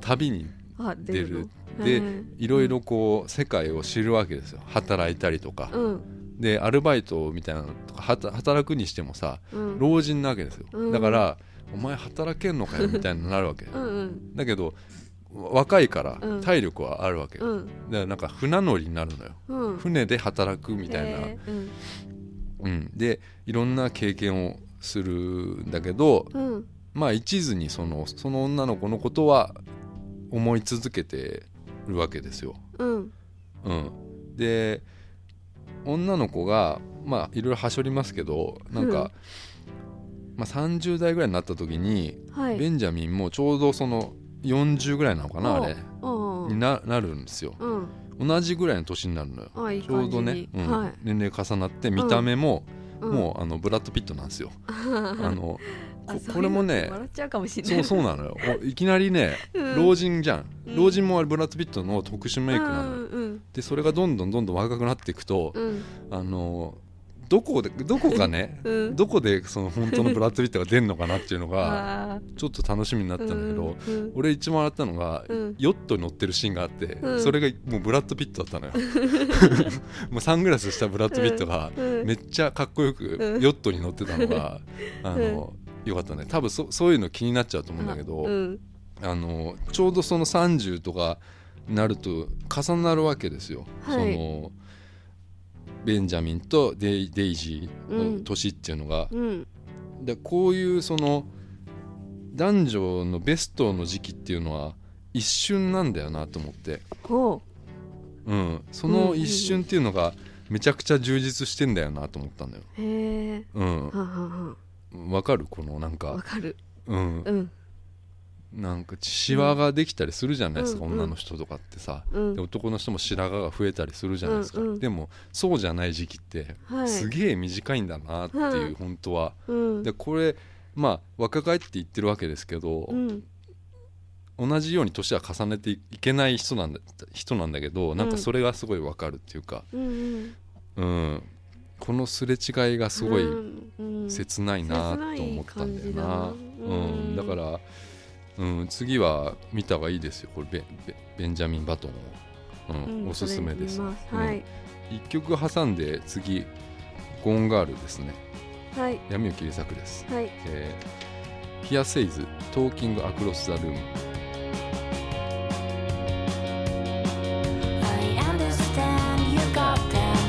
Speaker 1: 旅に
Speaker 2: あ出
Speaker 1: 出
Speaker 2: る
Speaker 1: る
Speaker 2: の
Speaker 1: で
Speaker 2: へえ
Speaker 1: いろいろこう世界を知るわけですよ働いたりとか、
Speaker 2: うん
Speaker 1: でアルバイトみたいなのとかはた働くにしてもさ
Speaker 2: うん
Speaker 1: 老人なわけですよ、
Speaker 2: うん
Speaker 1: だからお前働けんのか よみたいになるわけ
Speaker 2: うんうん
Speaker 1: だけどわ若いから
Speaker 2: うん
Speaker 1: 体力はあるわけ、
Speaker 2: う
Speaker 1: だか
Speaker 2: ん
Speaker 1: らなんか船乗りになるのよ
Speaker 2: うん
Speaker 1: 船で働くみたいな、
Speaker 2: へえ
Speaker 1: う
Speaker 2: うん
Speaker 1: ん、でいろんな経験をするんだけど
Speaker 2: うん
Speaker 1: まあ一途にそのその女の子のことは思い続けてるわけですよ。
Speaker 2: うん
Speaker 1: うん、で女の子がまあいろいろはしょりますけどなんか、まあ、30代ぐらいになった時に、
Speaker 2: はい
Speaker 1: ベンジャミンもちょうどその40ぐらいなのかなあれ。
Speaker 2: う
Speaker 1: に
Speaker 2: ん
Speaker 1: ななるんですよ
Speaker 2: うん
Speaker 1: 同じぐらいの年になるのよ
Speaker 2: あいい
Speaker 1: ちょ
Speaker 2: 感
Speaker 1: う
Speaker 2: じ
Speaker 1: ど
Speaker 2: に
Speaker 1: ね、うん
Speaker 2: はい
Speaker 1: 年齢重なって見た目も、
Speaker 2: うん
Speaker 1: もうあのブラッド・ピットなんですよ、あの
Speaker 2: あ
Speaker 1: こ
Speaker 2: そういうの
Speaker 1: これもね
Speaker 2: 笑っちゃうかもしれな
Speaker 1: そ
Speaker 2: いう
Speaker 1: そうなの よおいきなりね
Speaker 2: うん
Speaker 1: 老人じゃん、
Speaker 2: うん
Speaker 1: 老人もあれブラッド・ピットの特殊メイクなのよ、
Speaker 2: うん
Speaker 1: でそれがどんどんどんどん若くなっていくと、
Speaker 2: うん
Speaker 1: あのどこでどこかね
Speaker 2: うん
Speaker 1: どこでその本当のブラッド・ピットが出るのかなっていうのが
Speaker 2: あ
Speaker 1: ちょっと楽しみになったんだけど、
Speaker 2: うんうん
Speaker 1: 俺一番笑ったのが、
Speaker 2: うん
Speaker 1: ヨットに乗ってるシーンがあって、
Speaker 2: うん
Speaker 1: それがもうブラッド・ピットだったのよ もうサングラスしたブラッド・ピットが
Speaker 2: うん
Speaker 1: めっちゃかっこよく
Speaker 2: うん
Speaker 1: ヨットに乗ってたのが、あのよかったね多分そそういうの気になっちゃうと思うんだけど、
Speaker 2: あうん
Speaker 1: あのちょうどその30とかなると重なるわけですよ。
Speaker 2: はい
Speaker 1: そのベンジャミンとデイデイジー
Speaker 2: う
Speaker 1: の
Speaker 2: ん
Speaker 1: 年っていうのが、
Speaker 2: うん
Speaker 1: でこういうその男女のベストの時期っていうのは一瞬なんだよなと思って、
Speaker 2: ほ
Speaker 1: うん、そ
Speaker 2: うんうん
Speaker 1: の
Speaker 2: うん
Speaker 1: 一瞬っていうのがめちゃくちゃ充実してんだよなと思ったんだよ。
Speaker 2: うへえ
Speaker 1: う
Speaker 2: はんはんは
Speaker 1: ん、わかるこのなん
Speaker 2: んわ
Speaker 1: か、
Speaker 2: かる
Speaker 1: うん、
Speaker 2: うん
Speaker 1: なんかシワができたりするじゃないですか、
Speaker 2: うんうん
Speaker 1: 女の人とかってさ。
Speaker 2: うん
Speaker 1: で男の人も白髪が増えたりするじゃないですか、
Speaker 2: うんうん
Speaker 1: でもそうじゃない時期って
Speaker 2: はい
Speaker 1: すげえ短いんだなっていう、
Speaker 2: うん
Speaker 1: 本当は。
Speaker 2: うん
Speaker 1: でこれまあ若返って言ってるわけですけど、
Speaker 2: うん
Speaker 1: 同じように年は重ねていけない人なんだ人なんだけどなんかそれがすごいわかるっていうか、
Speaker 2: うんうん
Speaker 1: うん、このすれ違いがすごい
Speaker 2: うんうん
Speaker 1: 切ないなと思ったんだよな。
Speaker 2: 切ない感じだ
Speaker 1: う
Speaker 2: なんうん
Speaker 1: だから、うん、次は見た方がいいですよこれベベベンジャミン・バトンを、うん
Speaker 2: うん
Speaker 1: おすすめです。
Speaker 2: それ見ます
Speaker 1: うん
Speaker 2: はい
Speaker 1: 一曲挟んで次ゴーンガールですね
Speaker 2: はい
Speaker 1: 闇を切り裂くです
Speaker 2: はい
Speaker 1: 「えー、ヒアセイズトーキングアクロスザルーム
Speaker 3: I understand you got them.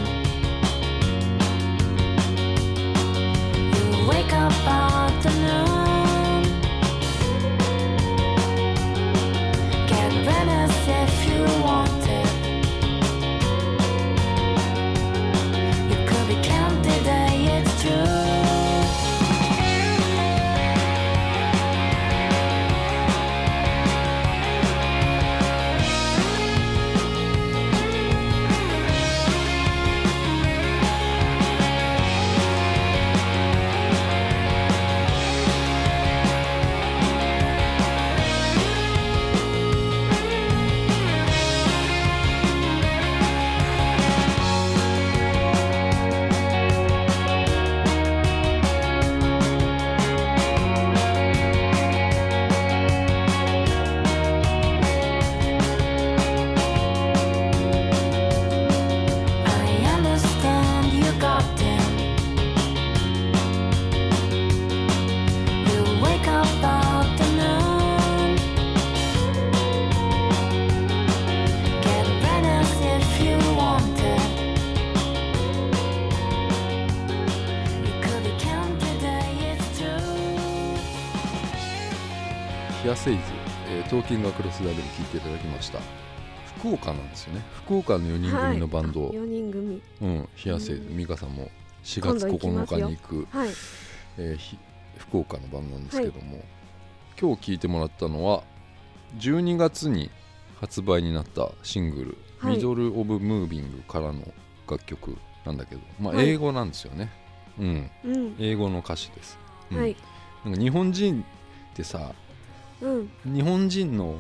Speaker 3: You wake up at the noon. Get reminisce if you want it. You could be counted, it's true. I understand you got them. You wake up out the noon. Get banners if you want it. You could be counted, it's true.」
Speaker 1: 「ヒアセイズ、えートーキングアクロスザルーム」聴いていただきました福岡なんですよね福岡の4人組のバンド、
Speaker 2: はいあ四人組
Speaker 1: うん、ヒアセイズ
Speaker 2: う
Speaker 1: 美香さんも4月
Speaker 2: 今度行き
Speaker 1: 9
Speaker 2: ます
Speaker 1: 日
Speaker 2: よ
Speaker 1: に行く
Speaker 2: はい
Speaker 1: えーひ福岡のバンドなんですけども、今日聴いてもらったのは12月に発売になったシングル「
Speaker 2: はい
Speaker 1: ミドル・オブ・ムービング」からの楽曲なんだけど、まあ、
Speaker 2: はい
Speaker 1: 英語なんですよね、うん
Speaker 2: うん
Speaker 1: 英語の歌詞です、うん
Speaker 2: はい
Speaker 1: なんか日本人ってさ
Speaker 2: うん
Speaker 1: 日本人の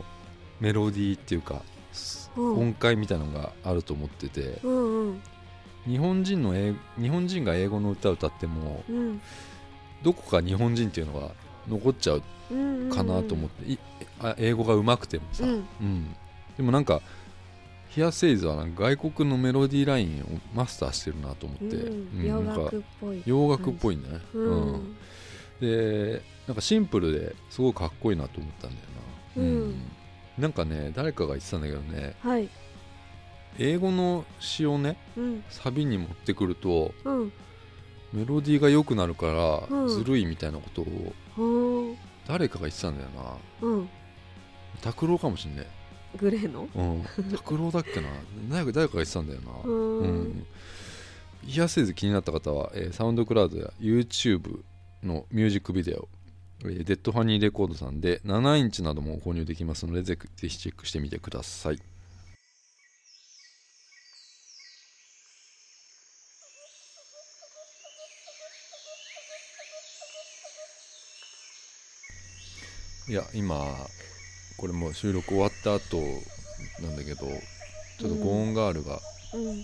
Speaker 1: メロディーっていうかす
Speaker 2: うん
Speaker 1: 音階みたいなのがあると思ってて
Speaker 2: うんうん
Speaker 1: 日本人の英日本人が英語の歌を歌っても
Speaker 2: うん
Speaker 1: どこか日本人っていうのが残っちゃう
Speaker 2: うんうん
Speaker 1: かなと思って、いあ英語がうまくてもさ、
Speaker 2: う
Speaker 1: うん
Speaker 2: ん
Speaker 1: でもなんか「ヒアセイズはなんか外国のメロディーラインをマスターしてるなと思っ
Speaker 2: う
Speaker 1: て、
Speaker 2: ん
Speaker 1: う
Speaker 2: 洋
Speaker 1: んなんか
Speaker 2: 楽っぽい
Speaker 1: 洋楽っぽいんだね、
Speaker 2: う
Speaker 1: うん
Speaker 2: ん
Speaker 1: でなんかシンプルですごくかっこいいなと思ったんだよな、
Speaker 2: うん
Speaker 1: なんかね誰かが言ってたんだけどね
Speaker 2: はい
Speaker 1: 英語の詩をね
Speaker 2: うん
Speaker 1: サビに持ってくると
Speaker 2: うん
Speaker 1: メロディーが良くなるか
Speaker 2: う
Speaker 1: ら
Speaker 2: ん
Speaker 1: ずるいみたいなことを
Speaker 2: ほう
Speaker 1: 誰かが言ってたんだよな
Speaker 2: うん
Speaker 1: 拓郎かもしんねえ
Speaker 2: グレーの
Speaker 1: うん、拓郎だっけな誰か誰かが言ってたんだよな
Speaker 2: うーん
Speaker 1: 冷やせず気になった方は、えーサウンドクラウドや YouTube のミュージックビデオ、えーデッドハニーレコードさんで7インチなども購入できますのでぜひぜひチェックしてみてくださいいや今これもう収録終わった後なんだけどちょっとゴーンガールが、
Speaker 2: うん
Speaker 1: うん、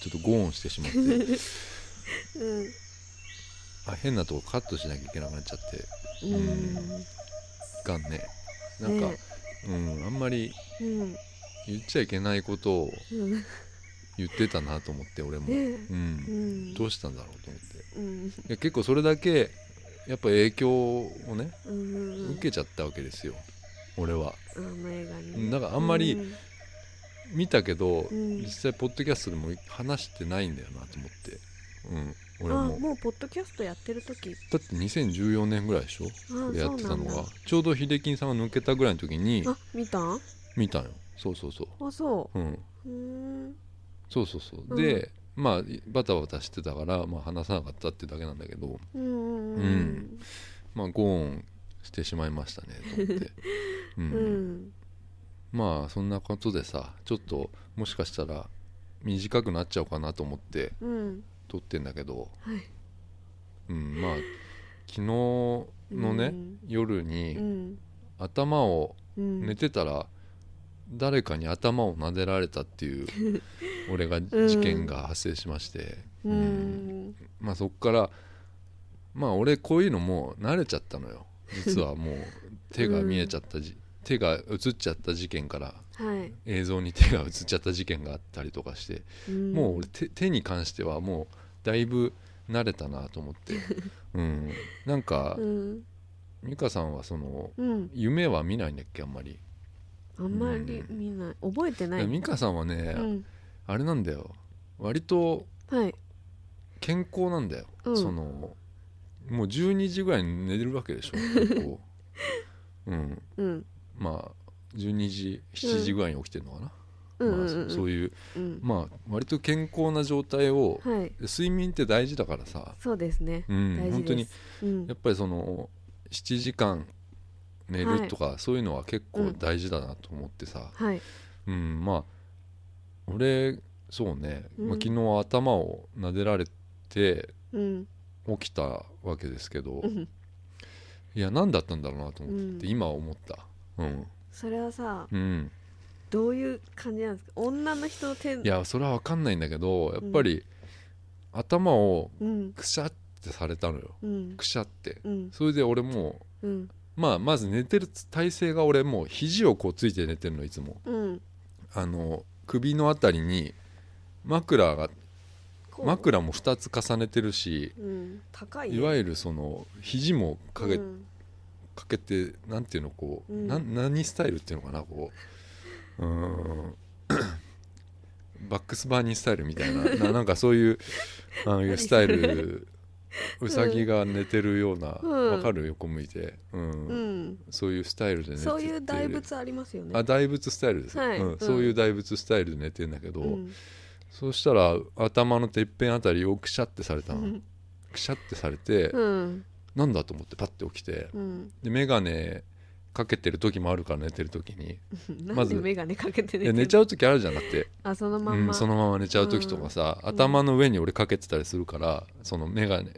Speaker 1: ちょっとゴーンしてしまって
Speaker 2: うん
Speaker 1: あ変なとこカットしなきゃいけなくなっちゃって
Speaker 2: うん
Speaker 1: いかんねなんか、
Speaker 2: ね
Speaker 1: うんあんまり
Speaker 2: うん
Speaker 1: 言っちゃいけないことを
Speaker 2: うんね
Speaker 1: 言ってたなと思って俺も、う
Speaker 2: え
Speaker 1: ん
Speaker 2: う、ん
Speaker 1: どうしたんだろうと思って
Speaker 2: うん
Speaker 1: いや結構それだけやっぱ影響をね
Speaker 2: うんうんうん
Speaker 1: 受けちゃったわけですよ俺は
Speaker 2: あの映画
Speaker 1: う
Speaker 2: に
Speaker 1: ん
Speaker 2: ね
Speaker 1: だからあんまり
Speaker 2: うん
Speaker 1: 見たけど、
Speaker 2: ん
Speaker 1: 実際ポッドキャストでも話してないんだよなと思ってうん俺
Speaker 2: あ
Speaker 1: も
Speaker 2: もうポッドキャストやってる時
Speaker 1: だって2014年ぐらいでしょ
Speaker 2: あ
Speaker 1: やってた
Speaker 2: そう
Speaker 1: の
Speaker 2: なん
Speaker 1: が
Speaker 2: だ
Speaker 1: ちょうど秀樹さんが抜けたぐらいの時に
Speaker 2: あ見たあ
Speaker 1: 見たよそうそうそ
Speaker 2: そう
Speaker 1: うん
Speaker 2: ううーん
Speaker 1: そうそうそう、
Speaker 2: うん
Speaker 1: でまあバタバタしてたから、まあ、話さなかったってだけなんだけど
Speaker 2: うんうんう
Speaker 1: うんんまあゴーンしてしまいましたねと思 って、う
Speaker 2: うんんうん
Speaker 1: まあそんなことでさちょっともしかしたら短くなっちゃうかなと思って
Speaker 2: うん
Speaker 1: 撮ってんだけど、
Speaker 2: はい
Speaker 1: うん、まあ昨日のね、
Speaker 2: うん
Speaker 1: 夜
Speaker 2: う
Speaker 1: に
Speaker 2: ん
Speaker 1: 頭を
Speaker 2: うん
Speaker 1: 寝てたら誰かに頭を撫でられたっていう 俺が事件が発生しまして、
Speaker 2: う
Speaker 1: うん
Speaker 2: ん
Speaker 1: まあそっからまあ俺こういうのもう慣れちゃったのよ実はもう手が見えちゃったじ、手が映っちゃった事件から
Speaker 2: はい
Speaker 1: 映像に手が映っちゃった事件があったりとかして、
Speaker 2: ん
Speaker 1: もう俺手手に関してはもうだいぶ慣れたなと思 って、うん、なんか、
Speaker 2: うん
Speaker 1: 美香さんはその
Speaker 2: うん
Speaker 1: 夢は見ないんだっけあんまり
Speaker 2: あんまり見ない覚えてない
Speaker 1: 美香さんはね、
Speaker 2: うん
Speaker 1: あれなんだよ割と
Speaker 2: はい
Speaker 1: 健康なんだよ、
Speaker 2: うん
Speaker 1: そのもう12時ぐらいに寝てるわけ でしょ結構うん
Speaker 2: うん
Speaker 1: まあ12時7時ぐらいに起きてるのかな、
Speaker 2: うんうん
Speaker 1: まあ、
Speaker 2: うん
Speaker 1: そそういう
Speaker 2: うん
Speaker 1: まあ割と健康な状態を、
Speaker 2: はい
Speaker 1: 睡眠って大事だからさ、
Speaker 2: そうですね
Speaker 1: うん、
Speaker 2: 大
Speaker 1: 本
Speaker 2: 事
Speaker 1: 当
Speaker 2: で
Speaker 1: に
Speaker 2: すうん
Speaker 1: やっぱりその7時間寝るとか、そういうのは結構大事だなと思ってさ、
Speaker 2: はい
Speaker 1: うんまあ俺そうね、まあ、
Speaker 2: うん
Speaker 1: 昨日頭を撫でられて
Speaker 2: うん
Speaker 1: 起きたわけですけど、
Speaker 2: うん
Speaker 1: いや何だったんだろうなと思って、
Speaker 2: うん
Speaker 1: 今思ったうん、
Speaker 2: それはさ
Speaker 1: うん、
Speaker 2: どういう感じなんですか女の人の手
Speaker 1: いやそれは分かんないんだけどやっぱり、頭を
Speaker 2: うん
Speaker 1: くしゃってされたのよ
Speaker 2: うん
Speaker 1: くしゃって
Speaker 2: うん
Speaker 1: それで俺も
Speaker 2: うん
Speaker 1: うまあまず寝てる体勢が俺もう肘をこうついて寝てるのいつも
Speaker 2: うん
Speaker 1: あの首のあたりに枕が
Speaker 2: こう
Speaker 1: 枕も2つ重ねてるし
Speaker 2: うん高いね
Speaker 1: いわゆるその肘もかけ,、
Speaker 2: うん
Speaker 1: かけてなんていうのこう、
Speaker 2: うん
Speaker 1: な何スタイルっていうのかなこううーんバックスバーニースタイルみた いなななんかそういうああいうスタイルうさぎが寝てるようなわ、
Speaker 2: うん
Speaker 1: かる横向いて、うん
Speaker 2: うん
Speaker 1: そういうスタイルで寝てて
Speaker 2: そういう大仏ありますよね
Speaker 1: あ大仏スタイルです、
Speaker 2: はい
Speaker 1: うん
Speaker 2: うん
Speaker 1: そういう大仏スタイルで寝てんだけど、
Speaker 2: うん
Speaker 1: そうしたら頭のてっぺんあたりをくしゃってされたの、くしゃってされて、
Speaker 2: うん
Speaker 1: なんだと思ってパッて起きて
Speaker 2: うん
Speaker 1: で眼鏡かけてる時もあるから寝てる時に
Speaker 2: な
Speaker 1: ま
Speaker 2: ん
Speaker 1: ず
Speaker 2: で眼鏡かけて
Speaker 1: い
Speaker 2: 寝
Speaker 1: や
Speaker 2: て
Speaker 1: 寝ちゃう時あるじゃんだって、
Speaker 2: あそのま
Speaker 1: うんん、
Speaker 2: ま
Speaker 1: そのまま寝ちゃう時とかさ、頭の上に俺かけてたりするからその眼鏡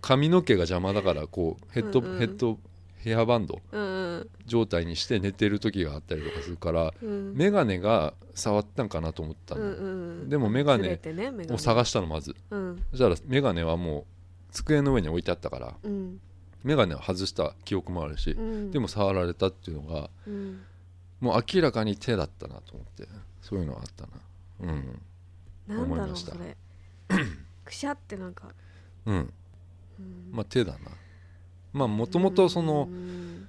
Speaker 1: 髪の毛が邪魔だからこうヘッド、
Speaker 2: うんうん
Speaker 1: ヘッドヘアバンド
Speaker 2: うん
Speaker 1: 状態にして寝てる時があったりとかするから
Speaker 2: うん
Speaker 1: 眼鏡が触ったんかなと思った
Speaker 2: う
Speaker 1: の、
Speaker 2: んうん
Speaker 1: でも眼
Speaker 2: ずれ
Speaker 1: 鏡
Speaker 2: てね眼鏡
Speaker 1: を探したのまず
Speaker 2: うん
Speaker 1: そしたら眼鏡はもう机の上に置いてあったから
Speaker 2: うん
Speaker 1: 眼鏡を外した記憶もあるし、
Speaker 2: うん
Speaker 1: でも触られたっていうのが
Speaker 2: うん
Speaker 1: もう明らかに手だったなと思ってそういうのはあったなうん
Speaker 2: なんだ
Speaker 1: 思い
Speaker 2: ろ
Speaker 1: ま
Speaker 2: う
Speaker 1: した
Speaker 2: それ くしゃってなんか
Speaker 1: うん
Speaker 2: うん
Speaker 1: まあ手だなまあもともとその
Speaker 2: うん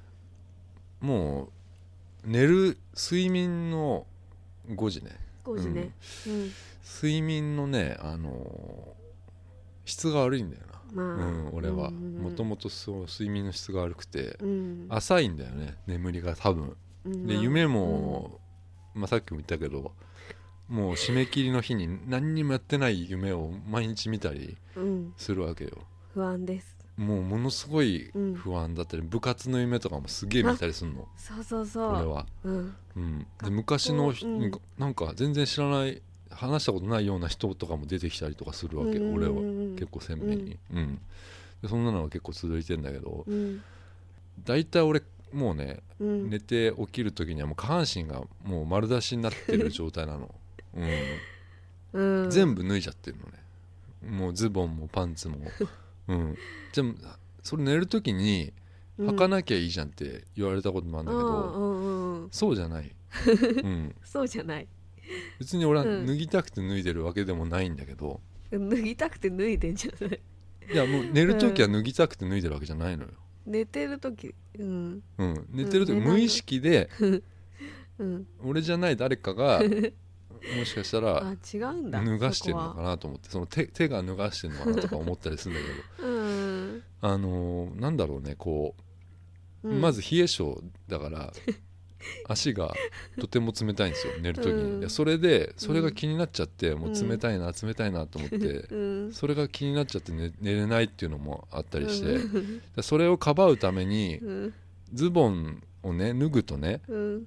Speaker 1: もう寝る睡眠の5時ね
Speaker 2: 5時ねうん
Speaker 1: 睡眠のねあのー質が悪いんだよな
Speaker 2: まあ
Speaker 1: うん俺は
Speaker 2: うん
Speaker 1: もともとそう睡眠の質が悪くて
Speaker 2: うん
Speaker 1: 浅いんだよね眠りが多分
Speaker 2: うん
Speaker 1: で夢も、まあ、さっきも言ったけどもう締め切りの日に何にもやってない夢を毎日見たり
Speaker 2: うん
Speaker 1: するわけよ
Speaker 2: 不安です
Speaker 1: もうものすごい
Speaker 2: うん
Speaker 1: 不安だったり、部活の夢とかもすげえ見たりするの
Speaker 2: そうそうそう
Speaker 1: 俺は、
Speaker 2: うん
Speaker 1: うん、
Speaker 2: 学
Speaker 1: で
Speaker 2: 校
Speaker 1: 昔の、
Speaker 2: うん
Speaker 1: なんか全然知らない話したことないような人とかも出てきたりとかするわけ、
Speaker 2: うん
Speaker 1: 俺は結構鮮明に、うんでそんなのが結構続いてんだけど
Speaker 2: うん
Speaker 1: 大体俺もうね
Speaker 2: うん
Speaker 1: 寝て起きる時にはもう下半身がもう丸出しになってる状態なの、う
Speaker 2: う
Speaker 1: んん、全部脱いじゃってるのねもうズボンもパンツも、うん、でもそれ寝る時に履か
Speaker 2: な
Speaker 1: なきゃいいじゃんって言われたこともあるんだけど、
Speaker 2: うんうんうん
Speaker 1: そうじゃ ない、うん、
Speaker 2: そうじゃない
Speaker 1: 別に俺は
Speaker 2: うん
Speaker 1: 脱ぎたくて脱いでるわけでもないんだけど、
Speaker 2: 脱ぎたくて脱いでんじゃない
Speaker 1: いやもう寝る時は脱ぎたくて脱いでるわけじゃないのよ、
Speaker 2: 寝てる時うん
Speaker 1: うん、寝てる時
Speaker 2: うん寝ない
Speaker 1: 無意識で
Speaker 2: うん
Speaker 1: 俺じゃない誰かがもしかしたら
Speaker 2: あ違うんだ
Speaker 1: 脱がしてるの
Speaker 2: そこ
Speaker 1: かなと思ってその手手が脱がしてるのかなとか思ったりするんだけど
Speaker 2: はうん、
Speaker 1: あのーなんだろうねこう、
Speaker 2: うん、
Speaker 1: まず冷え性だから 足がとても冷たいんですよ寝る時に、
Speaker 2: うん
Speaker 1: いやそれでそれが気になっちゃって、もう冷たいな冷たいなと思って、
Speaker 2: うん
Speaker 1: それが気になっちゃって寝寝れないっていうのもあったりして、
Speaker 2: うん
Speaker 1: でそれをかばうために
Speaker 2: うん
Speaker 1: ズボンをね脱ぐとね
Speaker 2: うん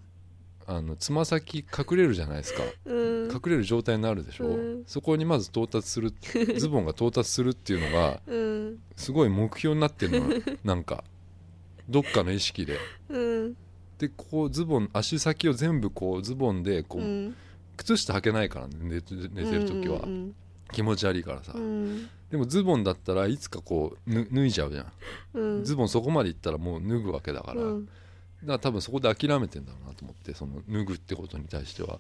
Speaker 1: あのつま先隠れるじゃないですか
Speaker 2: うん
Speaker 1: 隠れる状態になるでしょ、
Speaker 2: うん
Speaker 1: そこにまず到達するズボンが到達するっていうのが
Speaker 2: うん
Speaker 1: すごい目標になってるのよなんかどっかの意識で
Speaker 2: うん
Speaker 1: でこうズボン足先を全部こうズボンでこう、
Speaker 2: うん
Speaker 1: 靴下履けないからね寝て寝てる時は、
Speaker 2: うん
Speaker 1: 気持ち悪いからさ、
Speaker 2: うん
Speaker 1: でもズボンだったらいつかこうぬ脱いじゃうじゃん、
Speaker 2: うん
Speaker 1: ズボンそこまでいったらもう脱ぐわけだから、
Speaker 2: うん
Speaker 1: だから多分そこで諦めてんだろうなと思ってその脱ぐってことに対しては、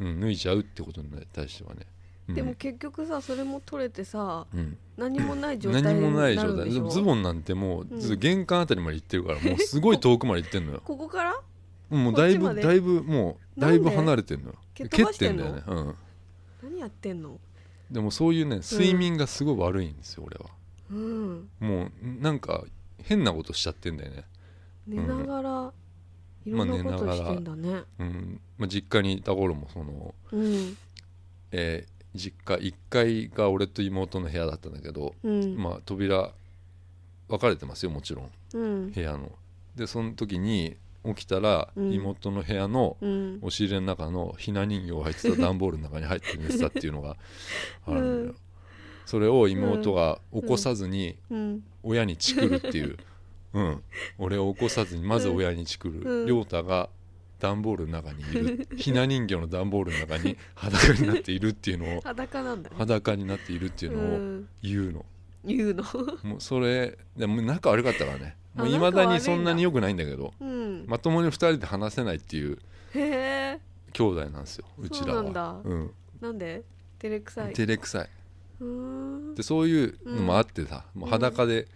Speaker 1: うん、脱いじゃうってことに対してはね、うん、
Speaker 2: でも結局さそれも取れてさ
Speaker 1: うん、
Speaker 2: 何もない状態
Speaker 1: 何もない状
Speaker 2: にる
Speaker 1: 態
Speaker 2: でしょ
Speaker 1: ズボンなんてもう、
Speaker 2: うん
Speaker 1: 玄関あたりまで行ってるからもうすごい遠くまで行ってん のよ
Speaker 2: ここから
Speaker 1: もうだい
Speaker 2: こっちま
Speaker 1: ぶ
Speaker 2: で
Speaker 1: だいぶもうだいぶ離れてんのよ
Speaker 2: 蹴っ飛ばして
Speaker 1: ん
Speaker 2: ん
Speaker 1: だ
Speaker 2: の
Speaker 1: よね、うん、
Speaker 2: 何やってんの
Speaker 1: でもそういうね睡眠がすごい悪いんですよ、俺は
Speaker 2: うん
Speaker 1: もうなんか変なことしちゃってんだよね、
Speaker 2: 寝ながらい
Speaker 1: ま
Speaker 2: ろ
Speaker 1: あ
Speaker 2: んなことしてんだね
Speaker 1: うんまあ、実家にいた頃もその、
Speaker 2: うん
Speaker 1: えー実家1階が俺と妹の部屋だったんだけど、
Speaker 2: うん
Speaker 1: まあ、扉分かれてますよもちろん
Speaker 2: うん
Speaker 1: 部屋のでその時に起きたら
Speaker 2: うん
Speaker 1: 妹の部屋の
Speaker 2: うん
Speaker 1: 押し入れの中のひな人形が入ってた段ボールの中に入って寝てたっていうのがあ
Speaker 2: うん
Speaker 1: るんだよ、それを妹が起こさずに
Speaker 2: うん
Speaker 1: 親にチクるって いう、うん、俺を起こさずにまず親にチク
Speaker 2: う
Speaker 1: る
Speaker 2: ん
Speaker 1: 亮太、が段ボールの中にいるひな人形の段ボールの中に裸になっているっていうのを
Speaker 2: 裸なんだね
Speaker 1: 裸になっているっていう
Speaker 2: う
Speaker 1: のを
Speaker 2: ん
Speaker 1: 言うの、
Speaker 2: 言うの
Speaker 1: もうそれでも仲悪かったからねも
Speaker 2: あ
Speaker 1: ういまだ
Speaker 2: 仲悪いん
Speaker 1: に
Speaker 2: だ
Speaker 1: そんなに良くないんだけど
Speaker 2: うん
Speaker 1: まともに2人で話せないっていう
Speaker 2: へえ
Speaker 1: 兄弟なんですようちらは
Speaker 2: そうなんだ
Speaker 1: うん
Speaker 2: なんで照れくさい
Speaker 1: 照れくさい
Speaker 2: うん
Speaker 1: でそういうのもあってさ、もう裸で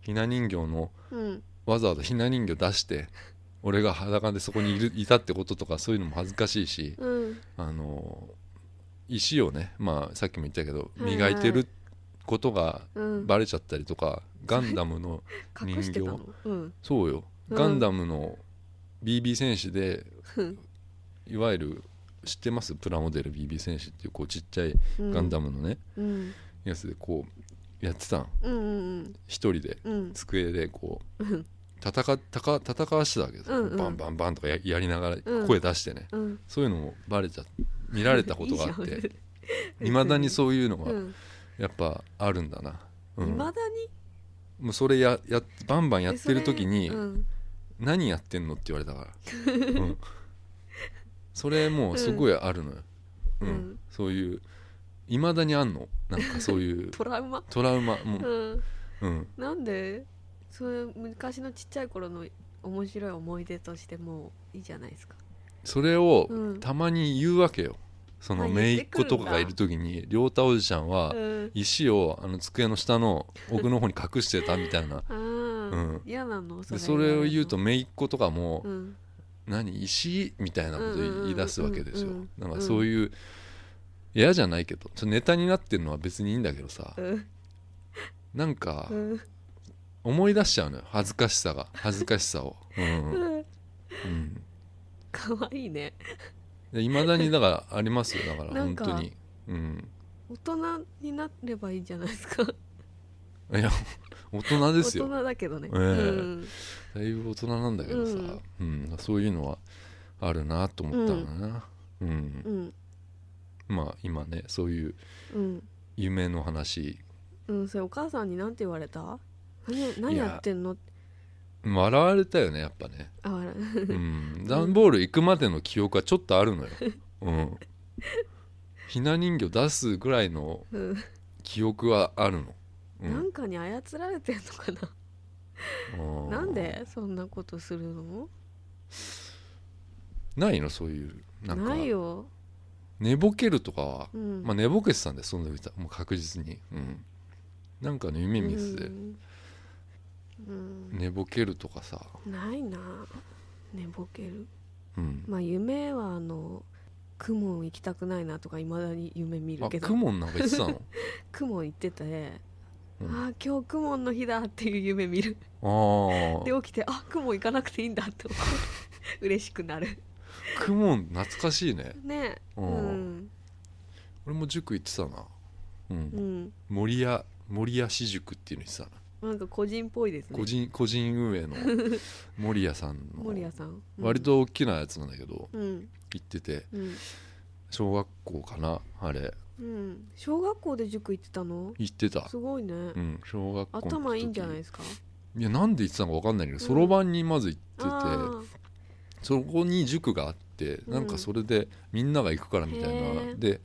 Speaker 1: ひな人形の
Speaker 2: うん
Speaker 1: わざわざひな人形出して俺が裸でそこにいるいたってこととかそういうのも恥ずかしいし、
Speaker 2: うん
Speaker 1: あの石をね、まあ、さっきも言ったけど
Speaker 2: はいはい
Speaker 1: 磨いてることが
Speaker 2: うん
Speaker 1: バレちゃったりとか、ガンダムの
Speaker 2: 隠してたのうん
Speaker 1: そうよ
Speaker 2: うん
Speaker 1: ガンダムの BB 戦士で
Speaker 2: うん
Speaker 1: いわゆる知ってますプラモデル BB 戦士っていうこうちっちゃいガンダムのね、
Speaker 2: うん
Speaker 1: やつでこうやってたん
Speaker 2: うんうん
Speaker 1: 一人で
Speaker 2: うんうん
Speaker 1: 机でこう
Speaker 2: うん
Speaker 1: 戦戦戦わしてたわけですよ、
Speaker 2: うんうん
Speaker 1: バンバンバンとかややりなが
Speaker 2: う
Speaker 1: ら
Speaker 2: ん
Speaker 1: 声出してね、
Speaker 2: うん
Speaker 1: そういうのもバレちゃ見られたことがあっ
Speaker 2: いいじゃん
Speaker 1: て
Speaker 2: 別に
Speaker 1: いまだにそういうの
Speaker 2: う
Speaker 1: が
Speaker 2: ん
Speaker 1: やっぱあるんだな、うん
Speaker 2: いまだに
Speaker 1: もうそれややバンバンやってる時に
Speaker 2: えそれうん
Speaker 1: 「何やってんの?」って言われたから、 うん、それもうすごいあるのよ、うん
Speaker 2: うん
Speaker 1: そういういまだにあんのなんかそういう
Speaker 2: トラウマ
Speaker 1: トラウマもう、
Speaker 2: う
Speaker 1: う
Speaker 2: ん
Speaker 1: ん、
Speaker 2: なんでそういう昔のちっちゃい頃の面白い思い出としてもういいじゃないですか
Speaker 1: それを
Speaker 2: うん
Speaker 1: たまに言うわけよその
Speaker 2: あ
Speaker 1: 姪っ子とか
Speaker 2: 言
Speaker 1: がい
Speaker 2: って
Speaker 1: る時に亮太おじちゃんは
Speaker 2: うん
Speaker 1: 石をあの机の下の奥 の方に隠してたみたいな
Speaker 2: あ
Speaker 1: うん
Speaker 2: ー嫌なの
Speaker 1: でそれを言うと
Speaker 2: う
Speaker 1: 姪っ子とかも
Speaker 2: ん
Speaker 1: 「何石?」みたいなこと
Speaker 2: うんうんうんうん
Speaker 1: 言い出すわけですよ
Speaker 2: うん
Speaker 1: なんかそういう嫌じゃないけどちょネタになってるのは別にいいんだけどさ
Speaker 2: うん
Speaker 1: なんか
Speaker 2: うん
Speaker 1: 思い出しちゃうのよ恥ずかしさが恥ずかしさ をうん
Speaker 2: うん
Speaker 1: うん
Speaker 2: かわいいね
Speaker 1: でいまだにだからありますよだから
Speaker 2: なん
Speaker 1: 本
Speaker 2: か
Speaker 1: 当にうん
Speaker 2: 大人になればいいじゃないですか
Speaker 1: いや大人
Speaker 2: 大
Speaker 1: ですよ
Speaker 2: 人だけどね
Speaker 1: ええ
Speaker 2: うん
Speaker 1: だいぶ大人なんだけどさ、うんそういうのはあるなと思ったのな、うん
Speaker 2: うん
Speaker 1: まあ今ねそういう
Speaker 2: うん
Speaker 1: 夢の話
Speaker 2: うんそれお母さんに何て言われた何何
Speaker 1: いや
Speaker 2: やってんの
Speaker 1: 笑われたよねやっぱね、
Speaker 2: あ笑う
Speaker 1: うん、段ボール行くまでの記憶はちょっとあるのよ、うん、ひな人形出すぐらいの
Speaker 2: うん
Speaker 1: 記憶はあるの、う
Speaker 2: なんかに操られてんのかな
Speaker 1: うん
Speaker 2: なんでそんなことするの
Speaker 1: ないのそういうな
Speaker 2: なん
Speaker 1: か
Speaker 2: いよ、
Speaker 1: 寝ぼけるとかは、
Speaker 2: うん
Speaker 1: まあ、寝ぼけてたんでその時はもう確実に、うん、なんかね夢見てて、
Speaker 2: うん、
Speaker 1: 寝ぼけるとかさ、
Speaker 2: ないな寝ぼける
Speaker 1: うん、
Speaker 2: まあ夢はあの雲行きたくないなとかいまだに夢見る
Speaker 1: あ
Speaker 2: けど
Speaker 1: クモンなんか言ってた の
Speaker 2: 雲行ってて、
Speaker 1: うん
Speaker 2: ああ今日雲の日だっていう夢見る
Speaker 1: あ
Speaker 2: で
Speaker 1: あ
Speaker 2: 起きてあ雲行かなくていいんだって思う嬉しくなる
Speaker 1: クモン懐かしいね
Speaker 2: ね
Speaker 1: う
Speaker 2: うんん
Speaker 1: 俺も塾行ってたな、うん
Speaker 2: うん
Speaker 1: 森屋森屋私塾っていうの行ってたな
Speaker 2: なんか個人っぽいですね
Speaker 1: 個人個人運 営の森屋さん
Speaker 2: 森谷
Speaker 1: の
Speaker 2: さん、うん
Speaker 1: 割と大きなやつなんだけど
Speaker 2: うん
Speaker 1: 行ってて
Speaker 2: うん、
Speaker 1: 小学校かなあれ
Speaker 2: うん、小学校で塾行ってたの
Speaker 1: 行ってた
Speaker 2: すごいね、
Speaker 1: うん小学校の時
Speaker 2: 頭いいんじゃないですか
Speaker 1: いやなんで行ってたのか分かんないけど
Speaker 2: うん
Speaker 1: そろばんにまず行ってて、
Speaker 2: あ
Speaker 1: そこに塾があって、
Speaker 2: うん
Speaker 1: なんかそれでみんなが行くからみたい
Speaker 2: へ
Speaker 1: な
Speaker 2: ー
Speaker 1: で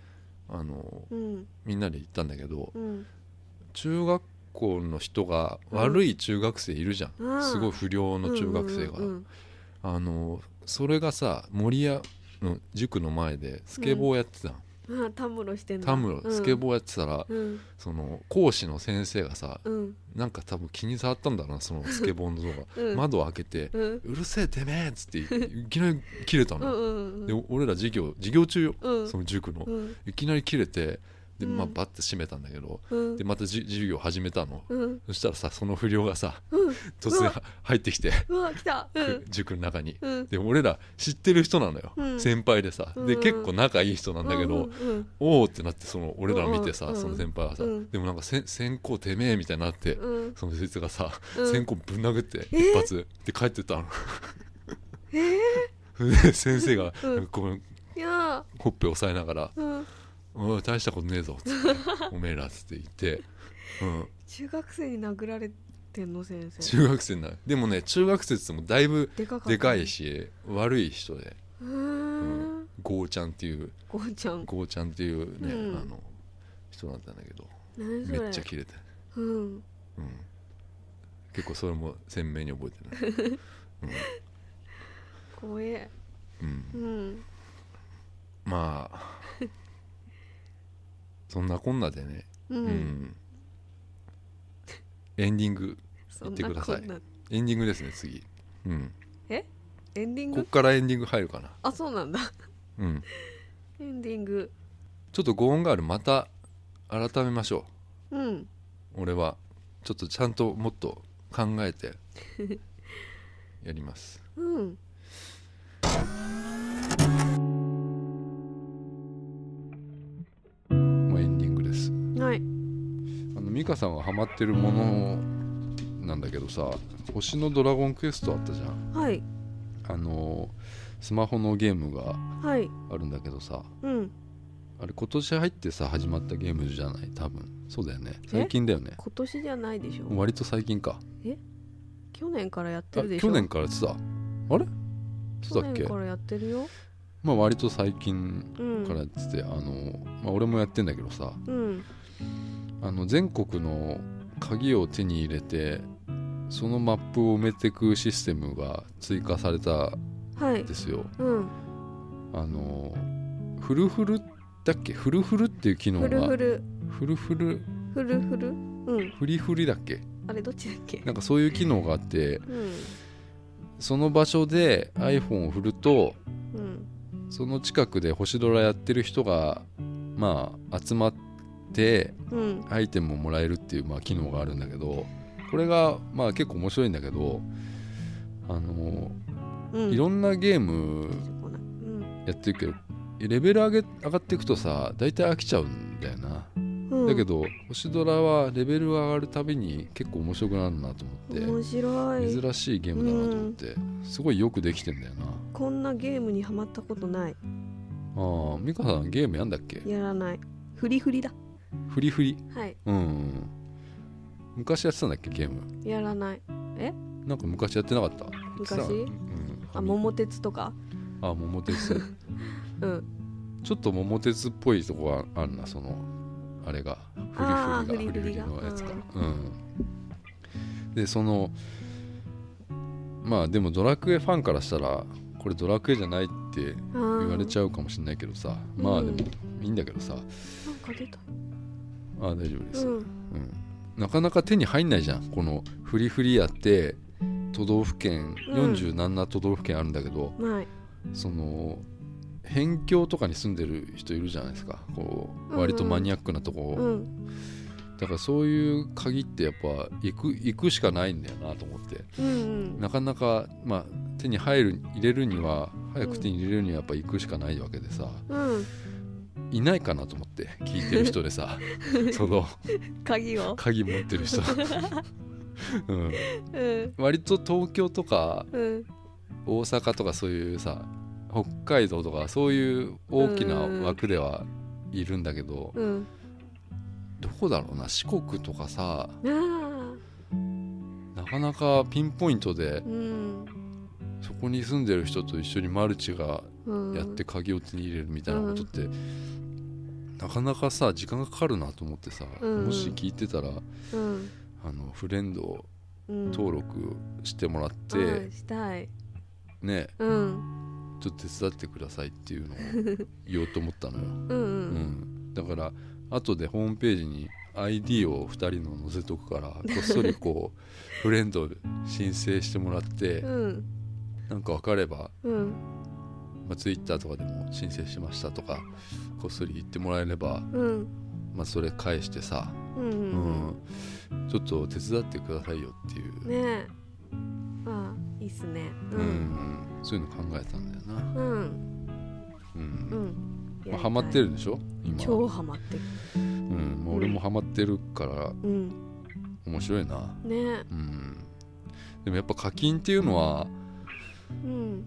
Speaker 1: あの
Speaker 2: ーうん
Speaker 1: みんなで行ったんだけど
Speaker 2: うん
Speaker 1: 中学校の人が悪い中学生いるじゃん、
Speaker 2: うん
Speaker 1: すごい不良の中学生が、
Speaker 2: うんうん
Speaker 1: あのそれがさ森屋の塾の前でスケボーやってたの、
Speaker 2: うんあたむろしてんだ
Speaker 1: タムロスケボーやってたら、
Speaker 2: ーうん
Speaker 1: その講師の先生がさ
Speaker 2: うん
Speaker 1: なんか多分気に触ったんだろうなそ のスケボーの像が、
Speaker 2: うん
Speaker 1: 窓を開けて
Speaker 2: うん
Speaker 1: うるせえてめえっつっていきなり切れた
Speaker 2: うん
Speaker 1: の、
Speaker 2: うん
Speaker 1: で俺ら授業授業中よ、
Speaker 2: うん
Speaker 1: その塾の、
Speaker 2: うん
Speaker 1: いきなり切れてでまあ
Speaker 2: うん
Speaker 1: バッて閉めたんだけど、
Speaker 2: うん
Speaker 1: でまたじ授業始めたの、
Speaker 2: うん
Speaker 1: そしたらさその不良がさ
Speaker 2: うん
Speaker 1: 突然
Speaker 2: う
Speaker 1: は入ってきて、
Speaker 2: うわ来たうん
Speaker 1: 塾の中に
Speaker 2: うん
Speaker 1: で俺ら知ってる人なのよ、
Speaker 2: うん
Speaker 1: 先輩でさで
Speaker 2: うん
Speaker 1: 結構仲いい人なんだけど、
Speaker 2: うんうん
Speaker 1: おおってなってその俺ら見てさ、
Speaker 2: うんうん
Speaker 1: その先輩はさ、
Speaker 2: うん
Speaker 1: でもなんかせん先行てめえみたいになって、
Speaker 2: うんうん
Speaker 1: そのそいつがさ、
Speaker 2: うん
Speaker 1: 先行ぶん殴って
Speaker 2: え
Speaker 1: 一発で帰ってったの。 で先生が
Speaker 2: うん
Speaker 1: なんかこう
Speaker 2: いや
Speaker 1: ほっぺ押さえながら
Speaker 2: ーうん
Speaker 1: 「おい大したことねえぞ」っつって 「おめえら」っつって言って、うん、
Speaker 2: 中学生に殴られてんの先生
Speaker 1: 中学生になるでもね中学生っつってもだいぶ
Speaker 2: でかかった
Speaker 1: でかいし悪い人で
Speaker 2: うーん
Speaker 1: ゴーちゃんっていう
Speaker 2: ゴーちゃん
Speaker 1: ゴーちゃんっていうね、
Speaker 2: うん
Speaker 1: あの人だったんだけど
Speaker 2: 何それ
Speaker 1: めっちゃキレて、
Speaker 2: うん
Speaker 1: うん、結構それも鮮明に覚えてる、
Speaker 2: 怖え
Speaker 1: うんう、
Speaker 2: うんん
Speaker 1: ま あそんなこんなでね、
Speaker 2: う
Speaker 1: うん
Speaker 2: ん
Speaker 1: エンディング
Speaker 2: そん
Speaker 1: 言って
Speaker 2: な
Speaker 1: ください
Speaker 2: こんな
Speaker 1: エンディングですね次、うん、
Speaker 2: エンディン
Speaker 1: こっ
Speaker 2: グ
Speaker 1: からエンディング入るかな、
Speaker 2: あそうなんだ
Speaker 1: うん、
Speaker 2: エンディング
Speaker 1: ちょっとゴーンガールまた改めましょう
Speaker 2: うん
Speaker 1: 俺はちょっとちゃんともっと考えてやります
Speaker 2: うん
Speaker 1: もうエンディングです
Speaker 2: はい
Speaker 1: あの美香さんがハマってるものなんだけどさ「星のドラゴンクエスト」あったじゃん
Speaker 2: はい
Speaker 1: あのスマホのゲームが
Speaker 2: はい
Speaker 1: あるんだけどさ
Speaker 2: うん
Speaker 1: あれ今年入ってさ始まったゲームじゃない多分そうだよね最近だよね
Speaker 2: 今年じゃないでしょ
Speaker 1: 割と最近か
Speaker 2: 去年からやって
Speaker 1: あ
Speaker 2: るでしょ
Speaker 1: 去年からやってたあれそうだっ
Speaker 2: 去
Speaker 1: け
Speaker 2: 年からやってるよ
Speaker 1: まあ割と最近
Speaker 2: うん
Speaker 1: からやってて、あの、まあ、俺もやってんだけどさ
Speaker 2: うん
Speaker 1: あの全国の鍵を手に入れてそのマップを埋めていくシステムが追加されたん
Speaker 2: はい
Speaker 1: ですよ
Speaker 2: うん
Speaker 1: あのフルフルだっけフルフルっていう機能
Speaker 2: ふ
Speaker 1: が
Speaker 2: るふる
Speaker 1: フルフル
Speaker 2: ふるふるうん
Speaker 1: フリフリだっけ
Speaker 2: あれどっちだっけ
Speaker 1: なんかそういう機能があって
Speaker 2: うん
Speaker 1: その場所で iPhone を振ると
Speaker 2: うん
Speaker 1: その近くで星ドラやってる人がまあ集まって
Speaker 2: うん
Speaker 1: アイテムをもらえるっていう、まあ、機能があるんだけどこれが、まあ、結構面白いんだけどあの
Speaker 2: うん
Speaker 1: いろ
Speaker 2: ん
Speaker 1: んなゲーム
Speaker 2: うん
Speaker 1: やってるけどレベル上げ上がっていくとさ大体飽きちゃうんだよな、
Speaker 2: うん
Speaker 1: だけど星ドラはレベルが上がるたびに結構面白くなるなと思っ
Speaker 2: 面白
Speaker 1: て
Speaker 2: い
Speaker 1: 珍しいゲームだなと思ってすごいよくできてんだよな
Speaker 2: こんなゲームにはまったことない
Speaker 1: ああ美香さんゲームやんだっけ
Speaker 2: やらないフリフリだ
Speaker 1: フリフリ
Speaker 2: はい
Speaker 1: うんうんうん昔やってたんだっけゲーム
Speaker 2: やらない
Speaker 1: なんか昔やってなかった
Speaker 2: 昔
Speaker 1: 言ってた
Speaker 2: あ
Speaker 1: うん、
Speaker 2: 桃鉄とか
Speaker 1: あ桃鉄
Speaker 2: うん
Speaker 1: ちょっと桃鉄っぽいとこがあるなそのあれが
Speaker 2: あー
Speaker 1: フリフリがフ
Speaker 2: フ
Speaker 1: リフリの
Speaker 2: リフリが
Speaker 1: やつかうんでそのまあでもドラクエファンからしたらこれドラクエじゃないって言
Speaker 2: 言
Speaker 1: われち
Speaker 2: ゃ
Speaker 1: ゃうかもしれないけどさ、まあでもいいんだけどさ
Speaker 2: なんか出た
Speaker 1: あー大丈夫です、
Speaker 2: うん
Speaker 1: うんなかなか手に入んないじゃんこのフリフリやって都道府県
Speaker 2: うん
Speaker 1: 47都道府県あるんだけど、
Speaker 2: ない
Speaker 1: その辺境とかに住んでる人いるじゃないですかこ
Speaker 2: うんう
Speaker 1: うん割とマニアックなとこ、
Speaker 2: うん
Speaker 1: だからそういう鍵ってやっぱ行く行くしかないんだよなと思って
Speaker 2: うんうん
Speaker 1: なかなか、まあ、手に入る入れるには早く手に入れるにはやっぱ行くしかないわけでさ
Speaker 2: うん
Speaker 1: いないかなと思って聞いてる人で さその
Speaker 2: 鍵を
Speaker 1: 鍵持って る人、うん、
Speaker 2: うん
Speaker 1: 割と東京とか
Speaker 2: うん
Speaker 1: 大阪とかそういうさ北海道とかそういう大きな枠ではいるんだけど
Speaker 2: うん
Speaker 1: どこだろうな四国とかさ
Speaker 2: あ
Speaker 1: なかなかピンポイントで
Speaker 2: ーうん
Speaker 1: そこに住んでる人と一緒にマルチが
Speaker 2: うん
Speaker 1: やって鍵を手に入れるみたいなことって、なかなかさ時間がかかるなと思ってさ、
Speaker 2: うん
Speaker 1: もし聞いてたら
Speaker 2: うん
Speaker 1: あのフレンド
Speaker 2: うん
Speaker 1: 登録してもらって、
Speaker 2: うんしたい
Speaker 1: ね
Speaker 2: うん
Speaker 1: ちょっと手伝ってくださいっていうのを言おうと思ったのよ、
Speaker 2: うん う
Speaker 1: うんん、だから後でホームページに ID を2人の載せとくからこっそりこ うフレンド申請してもらって
Speaker 2: うん
Speaker 1: なんか分かれば、
Speaker 2: うん
Speaker 1: まあ、Twitter とかでも申請しましたとかこっそり言ってもらえれば、
Speaker 2: うん
Speaker 1: まあ、それ返してさ、
Speaker 2: うんう
Speaker 1: うんん、ちょっと手伝ってくださいよっていう、
Speaker 2: ねえあーいいっすね
Speaker 1: うんそういうの考えたんだよな、
Speaker 2: うんうん
Speaker 1: う
Speaker 2: うんん
Speaker 1: まあ、ハマってるんでしょ今
Speaker 2: 超ハマってる
Speaker 1: うんまあ、俺もハマってるから
Speaker 2: うん
Speaker 1: 面白いな、
Speaker 2: ねえ
Speaker 1: うん、でもやっぱ課金っていうのは
Speaker 2: うん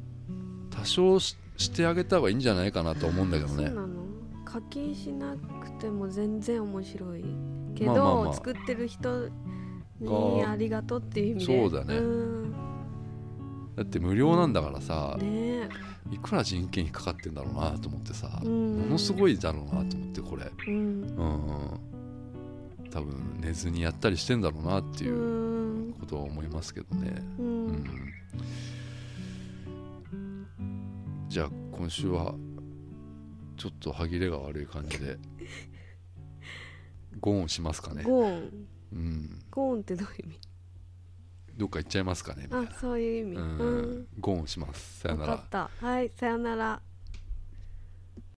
Speaker 1: 多少ししてあげた方がいいんじゃないかなと思うんだけど
Speaker 2: そう
Speaker 1: ね
Speaker 2: なの課金しなくても全然面白いけ
Speaker 1: まあまあまあ
Speaker 2: ど作ってる人に
Speaker 1: が
Speaker 2: ありがとうっていう意味で
Speaker 1: そうだね
Speaker 2: ん
Speaker 1: だって無料なんだからさ
Speaker 2: ねえ
Speaker 1: いくら人件費かかってんだろうなと思ってさ、
Speaker 2: うん
Speaker 1: ものすごいだろうなと思ってこれ
Speaker 2: うん
Speaker 1: うん多分寝ずにやったりしてんだろうなっていううんことは思いますけどね
Speaker 2: う
Speaker 1: うんんじゃあ今週はちょっと歯切れが悪い感じでゴーンしますかね
Speaker 2: ゴーン
Speaker 1: うん
Speaker 2: ゴーンってどういう意味
Speaker 1: どっか行っちゃいますかねみたい
Speaker 2: あ
Speaker 1: な
Speaker 2: そういう意味
Speaker 1: う
Speaker 2: うんん
Speaker 1: ゴーンしますさよ
Speaker 2: 分
Speaker 1: な
Speaker 2: からったはいさよなら